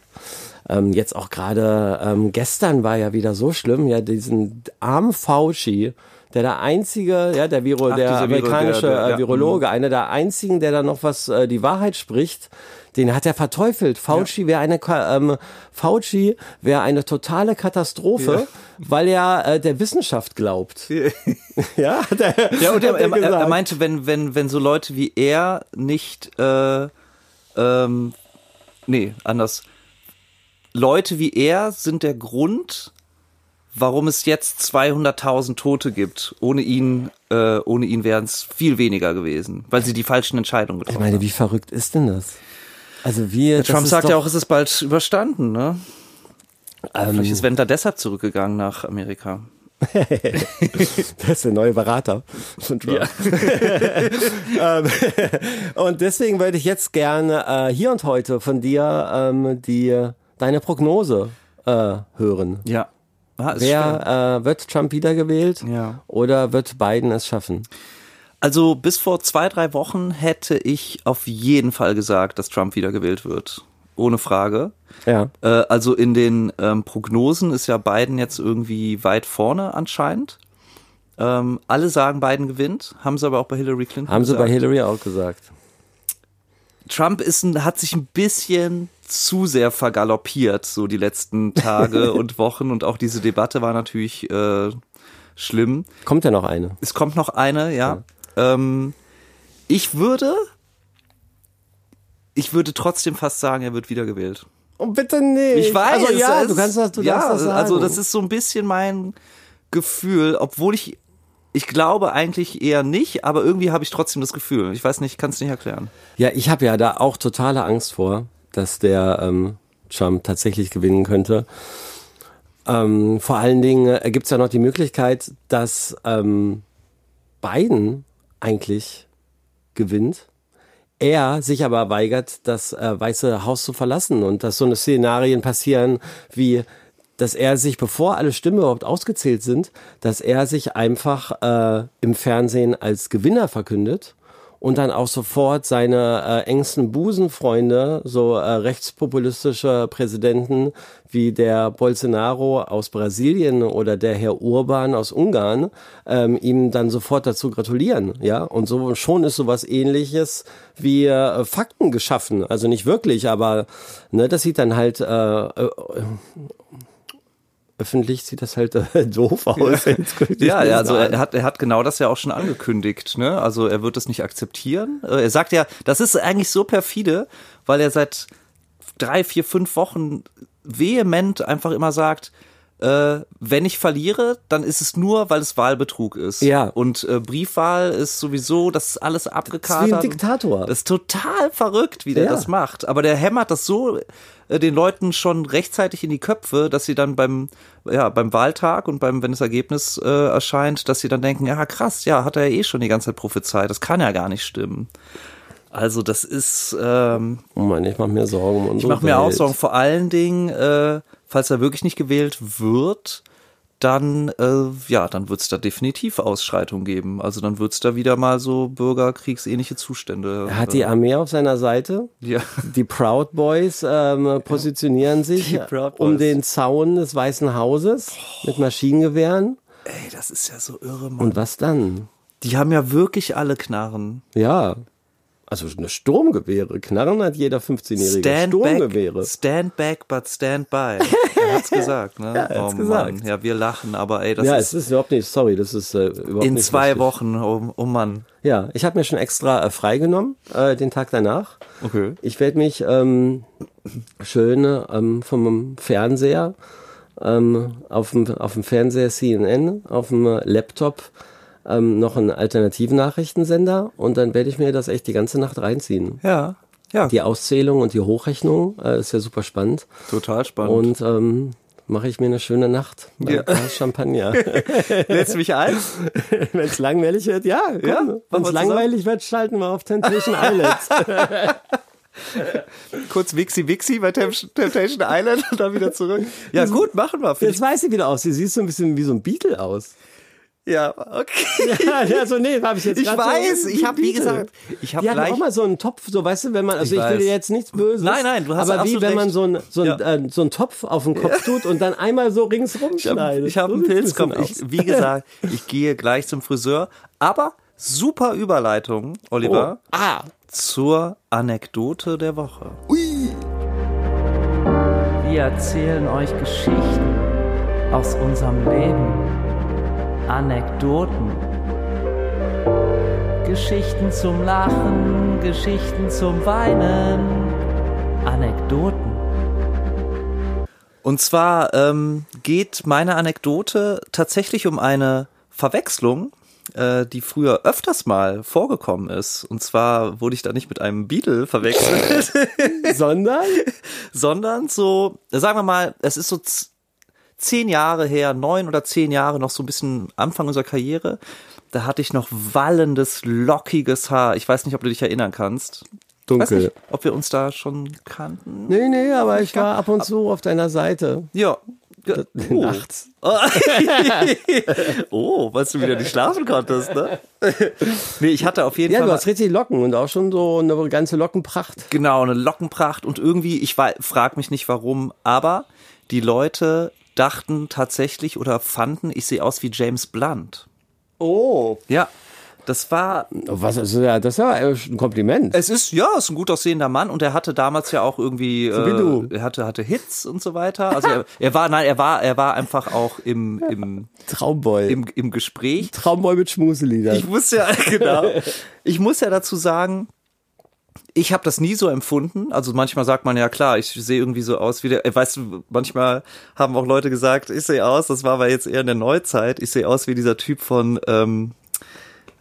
Ähm, jetzt auch gerade ähm, gestern war ja wieder so schlimm, ja, diesen armen Fauci, der der einzige, ja, der, Viro, der
dieser Viro-
amerikanische
der- der-
äh,
ja. mhm.
Virologe, einer der einzigen, der da noch was äh, die Wahrheit spricht, den hat er verteufelt. Fauci wäre eine Ka- ähm, Fauci wäre eine totale Katastrophe, weil er äh, der Wissenschaft glaubt. ja, der,
Ja, und er, er,
hat er
er,
gesagt.
meinte, wenn, wenn, wenn so Leute wie er nicht, äh, ähm, nee, anders. Leute wie er sind der Grund, warum es jetzt 200.000 Tote gibt. Ohne ihn, äh, ohne ihn wären es viel weniger gewesen, weil sie die falschen Entscheidungen
Ich
getroffen haben.
meine, wie verrückt ist denn das? Also wir das
Trump
ist
sagt ja
doch-
auch, es ist bald überstanden, ne? Vielleicht
ähm,
ist Wendler deshalb zurückgegangen nach Amerika.
Das ist der neue Berater von Trump. ähm, und deswegen würde ich jetzt gerne äh, hier und heute von dir ähm, die, deine Prognose äh, hören.
Ja. Ah, ist schwer.
Wer äh, wird Trump wiedergewählt
Ja.
oder wird Biden es schaffen?
Also bis vor zwei, drei Wochen hätte ich auf jeden Fall gesagt, dass Trump wiedergewählt wird. Ohne Frage.
Ja.
Äh, also in den ähm, Prognosen ist ja Biden jetzt irgendwie weit vorne anscheinend. Ähm, alle sagen, Biden gewinnt, haben sie aber auch bei Hillary Clinton
Haben sie
gesagt.
bei Hillary auch gesagt.
Trump ist ein, hat sich ein bisschen zu sehr vergaloppiert, so die letzten Tage und Wochen. Und auch diese Debatte war natürlich äh, schlimm.
Kommt ja noch eine.
Es kommt noch eine, ja. Ähm, ich würde, ich würde trotzdem fast sagen, er wird wiedergewählt.
Oh, bitte nicht.
Ich weiß,
Also ja,
es-
du kannst das, du
ja,
darfst das sagen.
also das ist so ein bisschen mein Gefühl, obwohl ich, ich glaube eigentlich eher nicht, aber irgendwie habe ich trotzdem das Gefühl. Ich weiß nicht, kann es nicht erklären.
Ja, ich habe ja da auch totale Angst vor, dass der ähm, Trump tatsächlich gewinnen könnte. Ähm, vor allen Dingen äh, gibt's ja noch die Möglichkeit, dass ähm, Biden eigentlich gewinnt. Er sich aber weigert, das äh, Weiße Haus zu verlassen und dass so eine Szenarien passieren wie, dass er sich, bevor alle Stimmen überhaupt ausgezählt sind, dass er sich einfach äh, im Fernsehen als Gewinner verkündet und dann auch sofort seine äh, engsten Busenfreunde, so äh, rechtspopulistische Präsidenten wie der Bolsonaro aus Brasilien oder der Herr Urban aus Ungarn, ähm, ihm dann sofort dazu gratulieren, ja. Und so schon ist sowas ähnliches wie äh, Fakten geschaffen. Also nicht wirklich, aber ne, das sieht dann halt äh, äh, öffentlich sieht das halt äh, doof aus.
Ja, ja, also er hat, er hat genau das ja auch schon angekündigt. Ne? Also er wird es nicht akzeptieren. Äh, Er sagt ja, das ist eigentlich so perfide, weil er seit drei, vier, fünf Wochen vehement einfach immer sagt, äh, wenn ich verliere, dann ist es nur, weil es Wahlbetrug ist.
Ja.
Und äh, Briefwahl ist sowieso, das ist alles abgekatert.
Diktator.
Das ist total verrückt, wie der
Ja.
das macht. Aber der hämmert das so äh, den Leuten schon rechtzeitig in die Köpfe, dass sie dann beim, ja, beim Wahltag und beim, wenn das Ergebnis äh, erscheint, dass sie dann denken, ja krass, ja, hat er ja eh schon die ganze Zeit prophezeit, das kann ja gar nicht stimmen. Also das ist, ähm,
Oh Mann, ich mache mir Sorgen um
ich
unsere
mache mir auch
Welt.
Sorgen, vor allen Dingen, äh, falls er wirklich nicht gewählt wird, dann, äh, ja, dann wird es da definitiv Ausschreitungen geben. Also dann wird es da wieder mal so bürgerkriegsähnliche Zustände.
Er hat die Armee auf seiner Seite.
Ja.
Die Proud Boys ähm, positionieren sich
Die Proud
um
Boys.
den Zaun des Weißen Hauses mit Maschinengewehren.
Ey, das ist ja so irre, Mann.
Und was dann?
die haben ja wirklich alle Knarren.
Ja. Also eine Sturmgewehre. Knarren hat jeder 15-Jährige. Sturmgewehre.
back, stand back, but stand by. Er hat's gesagt, ne?
Ja, er hat's
oh
gesagt.
Mann, ja, wir lachen, aber ey, das
Ja, es
ist
ist überhaupt nicht, sorry, das ist äh, überhaupt
in
nicht
zwei
lustig.
Wochen, oh, oh Mann.
Ja, ich habe mir schon extra äh, freigenommen, äh, den Tag danach.
Okay.
Ich werde mich ähm, schön ähm, vom Fernseher, ähm, auf, dem, auf dem Fernseher CNN, auf dem äh, Laptop ähm, noch einen alternativen Nachrichtensender und dann werde ich mir das echt die ganze Nacht reinziehen.
Ja, ja,
Die Auszählung und die Hochrechnung äh, ist ja super spannend
total spannend.
und ähm, mache ich mir eine schöne Nacht mit
Ja.
ein paar Champagner.
lädst du mich ein?
Wenn es langweilig wird, ja, komm.
Ja,
Wenn
machen wir
es langweilig wird, schalten wir auf Temptation Islands.
Kurz Wixi Wixi bei Temp- Temptation Island und dann wieder zurück. Ja, gut, machen wir. Find
Jetzt weiß sie wieder aus. Sie sieht so ein bisschen wie so ein Beetle aus.
ich- Ja, okay.
Ja, also nee, habe ich jetzt
Ich
grad so-
weiß, ich hab, wie
Beetle.
gesagt, ich hab
Die hatten
gleich-
auch mal so einen Topf, so weißt du, wenn man, also
Ich
ich, will
weiß.
dir jetzt nichts Böses.
Nein, nein, du hast
Aber wie
absolut
wenn man
recht.
so einen so einen,
Ja.
äh, so einen Topf auf den Kopf tut und dann einmal so ringsrum schneidet.
Ich habe
So
einen
sieht's
Pilz, komm,
bisschen
ich,
aus.
wie gesagt, ich gehe gleich zum Friseur, aber super Überleitung, Oliver,
Ah,
zur Anekdote der Woche.
Wir erzählen euch Geschichten aus unserem Leben, Anekdoten, Geschichten zum Lachen, Geschichten zum Weinen, Anekdoten.
Und zwar ähm, geht meine Anekdote tatsächlich um eine Verwechslung, äh, die früher öfters mal vorgekommen ist. Und zwar wurde ich da nicht mit einem Beetle verwechselt,
sondern
sondern so, sagen wir mal, es ist so z- zehn Jahre her, neun oder zehn Jahre, noch so ein bisschen Anfang unserer Karriere. Da hatte ich noch wallendes, lockiges Haar. Ich weiß nicht, ob du dich erinnern kannst. Weiß
dunkel.
nicht, ob wir uns da schon kannten.
Nee, nee, aber ich war ab und zu auf deiner Seite.
Ja, Oh.
nachts.
Oh, weil du wieder nicht schlafen konntest, ne? nee, ich hatte auf jeden
Ja,
Fall.
du
mal-
hast richtig Locken und auch schon so eine ganze Lockenpracht.
Genau, eine Lockenpracht und irgendwie, ich wei- frag mich nicht warum, aber die Leute dachten tatsächlich oder fanden, ich sehe aus wie James Blunt.
Oh.
Ja. Das war,
Was ist ja, das ist ja ein Kompliment.
es ist, ja, ist ein gut aussehender Mann und er hatte damals ja auch irgendwie,
wie du.
äh, er hatte, hatte Hits und so weiter. Also er, er war, nein, er war, er war einfach auch im, im,
Traumboy.
im, im Gespräch.
Traumboy mit Schmuseliedern.
Ich muss ja, genau. Ich muss ja dazu sagen, ich habe das nie so empfunden. Also manchmal sagt man ja klar, ich sehe irgendwie so aus wie der, äh, weißt du, manchmal haben auch Leute gesagt, ich sehe aus, das war aber jetzt eher in der Neuzeit, ich sehe aus wie dieser Typ von, ähm,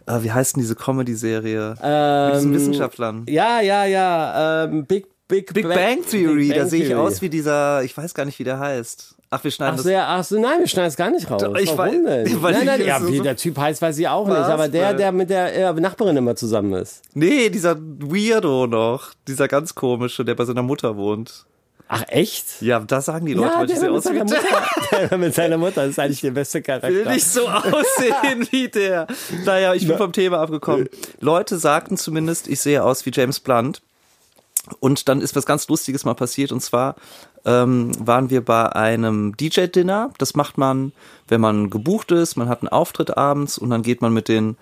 äh, wie heißt denn diese Comedy-Serie? Mit
Ähm,
diesen Wissenschaftlern.
Ja, ja, ja. Ähm, Big, Big,
Big Bang Theory,
Big
da
Bang
sehe ich
Theory.
aus wie dieser, ich weiß gar nicht, wie der heißt. Ach, wir schneiden
Ach so,
das.
ja, ach so, nein, wir schneiden es gar nicht raus.
Ich
Warum
weiß-
denn?
weil
nein,
ich
nein,
jetzt
ja,
so-
wie der Typ heißt, weiß ich auch nicht.
Was?
Aber der,
Weil-
der mit der äh, Nachbarin immer zusammen ist.
Nee, dieser Weirdo noch, dieser ganz komische, der bei seiner Mutter wohnt.
Ach, echt?
Ja, da sagen die Leute,
ja,
weil ich
der
sehe
mit
aus wie
seiner
der.
Mutter. Der mit seiner Mutter ist eigentlich der beste
will
Charakter.
nicht so aussehen wie der. Naja, ich bin vom Thema abgekommen. Leute sagten zumindest, ich sehe aus wie James Blunt. Und dann ist was ganz Lustiges mal passiert. Und zwar ähm, waren wir bei einem DJ-Dinner. Das macht man, wenn man gebucht ist. Man hat einen Auftritt abends und dann geht man mit den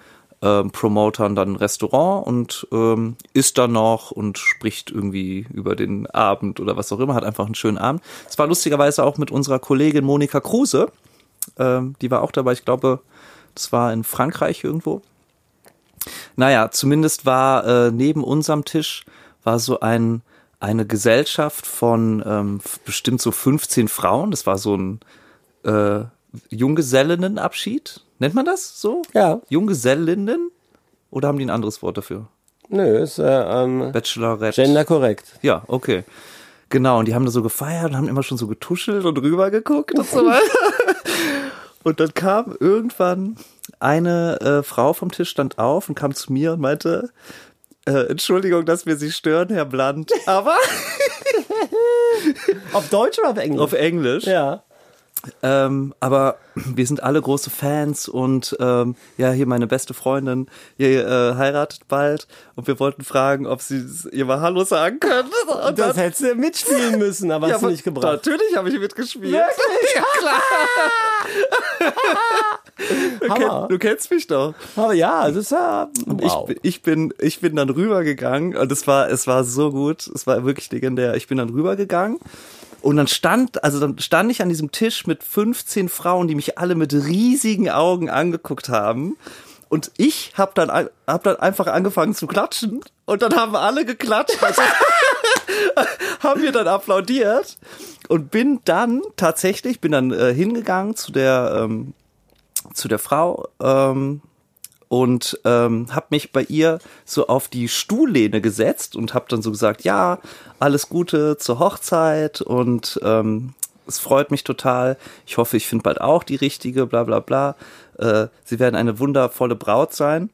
ähm, Promotern dann in ein Restaurant und ähm, isst dann noch und spricht irgendwie über den Abend oder was auch immer. Hat einfach einen schönen Abend. Es war lustigerweise auch mit unserer Kollegin Monika Kruse. Ähm, die war auch dabei, ich glaube, das war in Frankreich irgendwo. Naja, zumindest war äh, neben unserem Tisch war so ein, eine Gesellschaft von ähm, f- bestimmt so 15 Frauen. Das war so ein äh, Junggesellinnenabschied. Nennt man das so?
Ja.
Junggesellinnen? Oder haben die ein anderes Wort dafür?
Nö, ist äh, ähm,
Bachelorette.
genderkorrekt.
Ja, okay. Genau, und die haben da so gefeiert und haben immer schon so getuschelt und rübergeguckt und so weiter. Und dann kam irgendwann eine äh, Frau vom Tisch, stand auf und kam zu mir und meinte, äh, Entschuldigung, dass wir Sie stören, Herr Blunt, aber
Auf Deutsch oder auf Englisch?
auf Englisch.
ja.
Ähm, aber wir sind alle große Fans und ähm, ja, hier meine beste Freundin, ihr äh, heiratet bald und wir wollten fragen, ob Sie ihr mal Hallo sagen können. Und
Das
dann-
hättest du mitspielen müssen, aber hast du
aber
nicht gebracht.
Natürlich habe ich mitgespielt.
Hammer.
Du kennst mich doch.
Aber ja, das ist ja. Wow.
Ich, ich, bin, ich bin dann rübergegangen und es war, es war so gut. Es war wirklich legendär. Ich bin dann rübergegangen und dann stand, also dann stand ich an diesem Tisch mit 15 Frauen, die mich alle mit riesigen Augen angeguckt haben. Und ich habe dann, ein- hab dann einfach angefangen zu klatschen. Und dann haben alle geklatscht. Also haben mir dann applaudiert. Und bin dann tatsächlich, bin dann äh, hingegangen zu der, ähm, zu der Frau, ähm, und ähm, habe mich bei ihr so auf die Stuhllehne gesetzt und habe dann so gesagt, ja, alles Gute zur Hochzeit und ähm, es freut mich total. Ich hoffe, ich finde bald auch die richtige, bla bla bla. Äh, sie werden eine wundervolle Braut sein.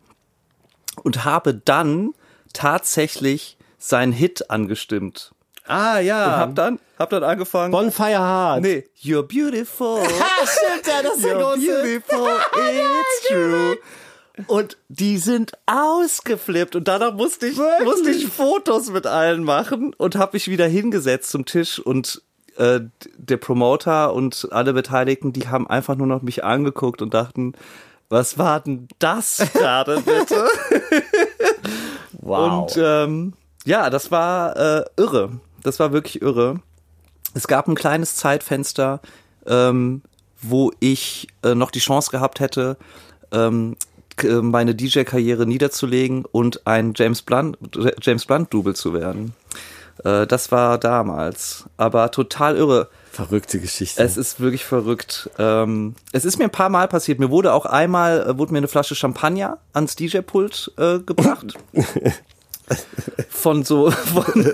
Und habe dann tatsächlich seinen Hit angestimmt.
ah,
Und
ja.
hab dann, hab dann angefangen.
Bonfire Hard.
nee, you're beautiful.
stimmt, ja, das
You're beautiful, it's true. Und die sind ausgeflippt und danach musste ich, musste ich Fotos mit allen machen und habe mich wieder hingesetzt zum Tisch und äh, der Promoter und alle Beteiligten, die haben einfach nur noch mich angeguckt und dachten, was war denn das gerade bitte?
Wow.
Und ähm, ja, das war äh, irre. Das war wirklich irre. Es gab ein kleines Zeitfenster, ähm, wo ich äh, noch die Chance gehabt hätte, ähm, k- äh, meine DJ-Karriere niederzulegen und ein James Blunt, James Blunt-Double zu werden. Äh, das war damals. Aber total irre.
Verrückte Geschichte.
Es ist wirklich verrückt. Ähm, es ist mir ein paar Mal passiert. Mir wurde auch einmal, äh, wurde mir eine Flasche Champagner ans DJ-Pult äh, gebracht. von so, von,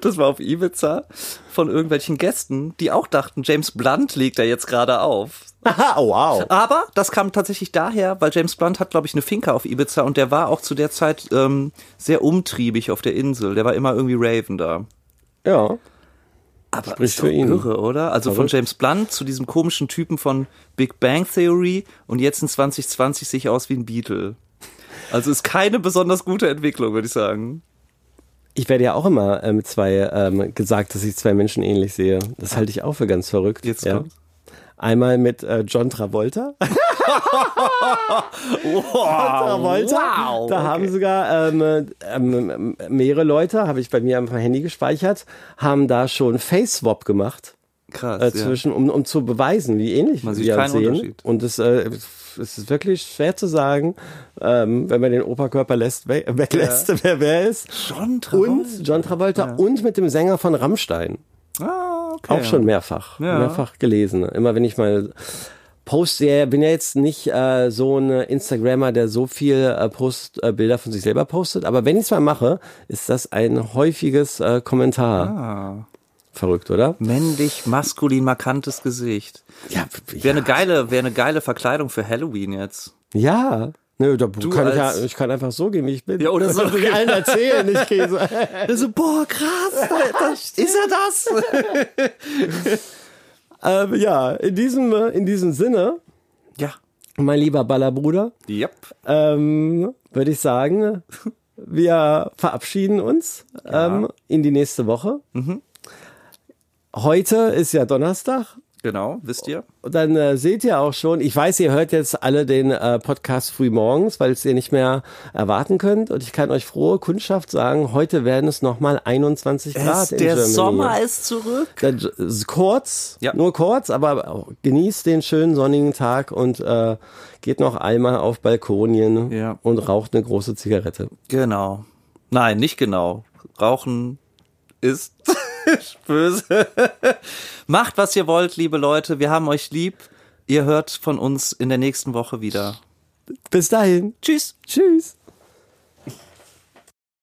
das war auf Ibiza, von irgendwelchen Gästen, die auch dachten, James Blunt legt da jetzt gerade auf.
Aha,
oh,
wow.
Aber das kam tatsächlich daher, weil James Blunt hat, glaube ich, eine Finca auf Ibiza und der war auch zu der Zeit ähm, sehr umtriebig auf der Insel. Der war immer irgendwie Raven da.
Ja.
Aber
Spricht
ist doch
für ihn.
irre, oder? Also von
Verrückt.
James Blunt zu diesem komischen Typen von Big Bang Theory und jetzt in 2020 sehe ich aus wie ein Beatle. Also ist keine besonders gute Entwicklung, würde ich sagen.
Ich werde ja auch immer ähm, zwei ähm, gesagt, dass ich zwei Menschen ähnlich sehe. Das halte ich auch für ganz verrückt.
Jetzt
ja.
kommt's.
Einmal mit äh, John Travolta. Travolta.
Oh, wow,
da
okay.
haben sogar ähm, ähm, mehrere Leute, habe ich bei mir am Handy gespeichert, haben da schon Face Swap gemacht.
Krass.
äh, zwischen, um, um zu beweisen, wie ähnlich
Man sieht
wir uns
keinen
sehen.
Unterschied.
Und es, äh, es ist wirklich schwer zu sagen, ähm, wenn man den Operkörper lässt, we weglässt, wer wer ist.
ja. John Travolta.
Und John Travolta und mit dem Sänger von Rammstein.
Ah, okay.
Auch schon mehrfach.
Ja.
Mehrfach gelesen. Immer wenn ich mal poste, ja, bin ja jetzt nicht äh, so ein Instagrammer, der so viel äh, Post, äh, Bilder von sich selber postet, aber wenn ich es mal mache, ist das ein häufiges äh, Kommentar.
Ah.
Verrückt, oder?
Männlich, maskulin, markantes Gesicht.
Ja,
Wäre eine geile, wäre eine geile Verkleidung für Halloween jetzt.
Ja. Nö, da kann ich, ja,
als-
ich kann einfach so gehen, wie ich bin.
Ja, oder so.
Das muss ich allen erzählen. Ich gehe so.
Also, boah, krass, ist er das?
ähm, ja, in diesem, äh, in diesem Sinne,
Ja.
mein lieber Ballerbruder,
Yep.
ähm, würde ich sagen, wir verabschieden uns ähm, in die nächste Woche.
Mhm.
Heute ist ja Donnerstag.
Genau, wisst ihr?
Und dann äh, seht ihr auch schon, ich weiß, ihr hört jetzt alle den äh, Podcast früh morgens, weil es ihr nicht mehr erwarten könnt. Und ich kann euch frohe Kundschaft sagen, heute werden es nochmal 21 Grad in
der
Germany.
Sommer ist zurück.
Dann, äh, kurz,
Ja.
nur kurz, aber genießt den schönen sonnigen Tag und äh, geht noch einmal auf Balkonien
Ja.
und raucht eine große Zigarette.
Genau. Nein, nicht genau. Rauchen ist böse. Macht, was ihr wollt, liebe Leute. Wir haben euch lieb. Ihr hört von uns in der nächsten Woche wieder.
Bis dahin.
Tschüss.
Tschüss.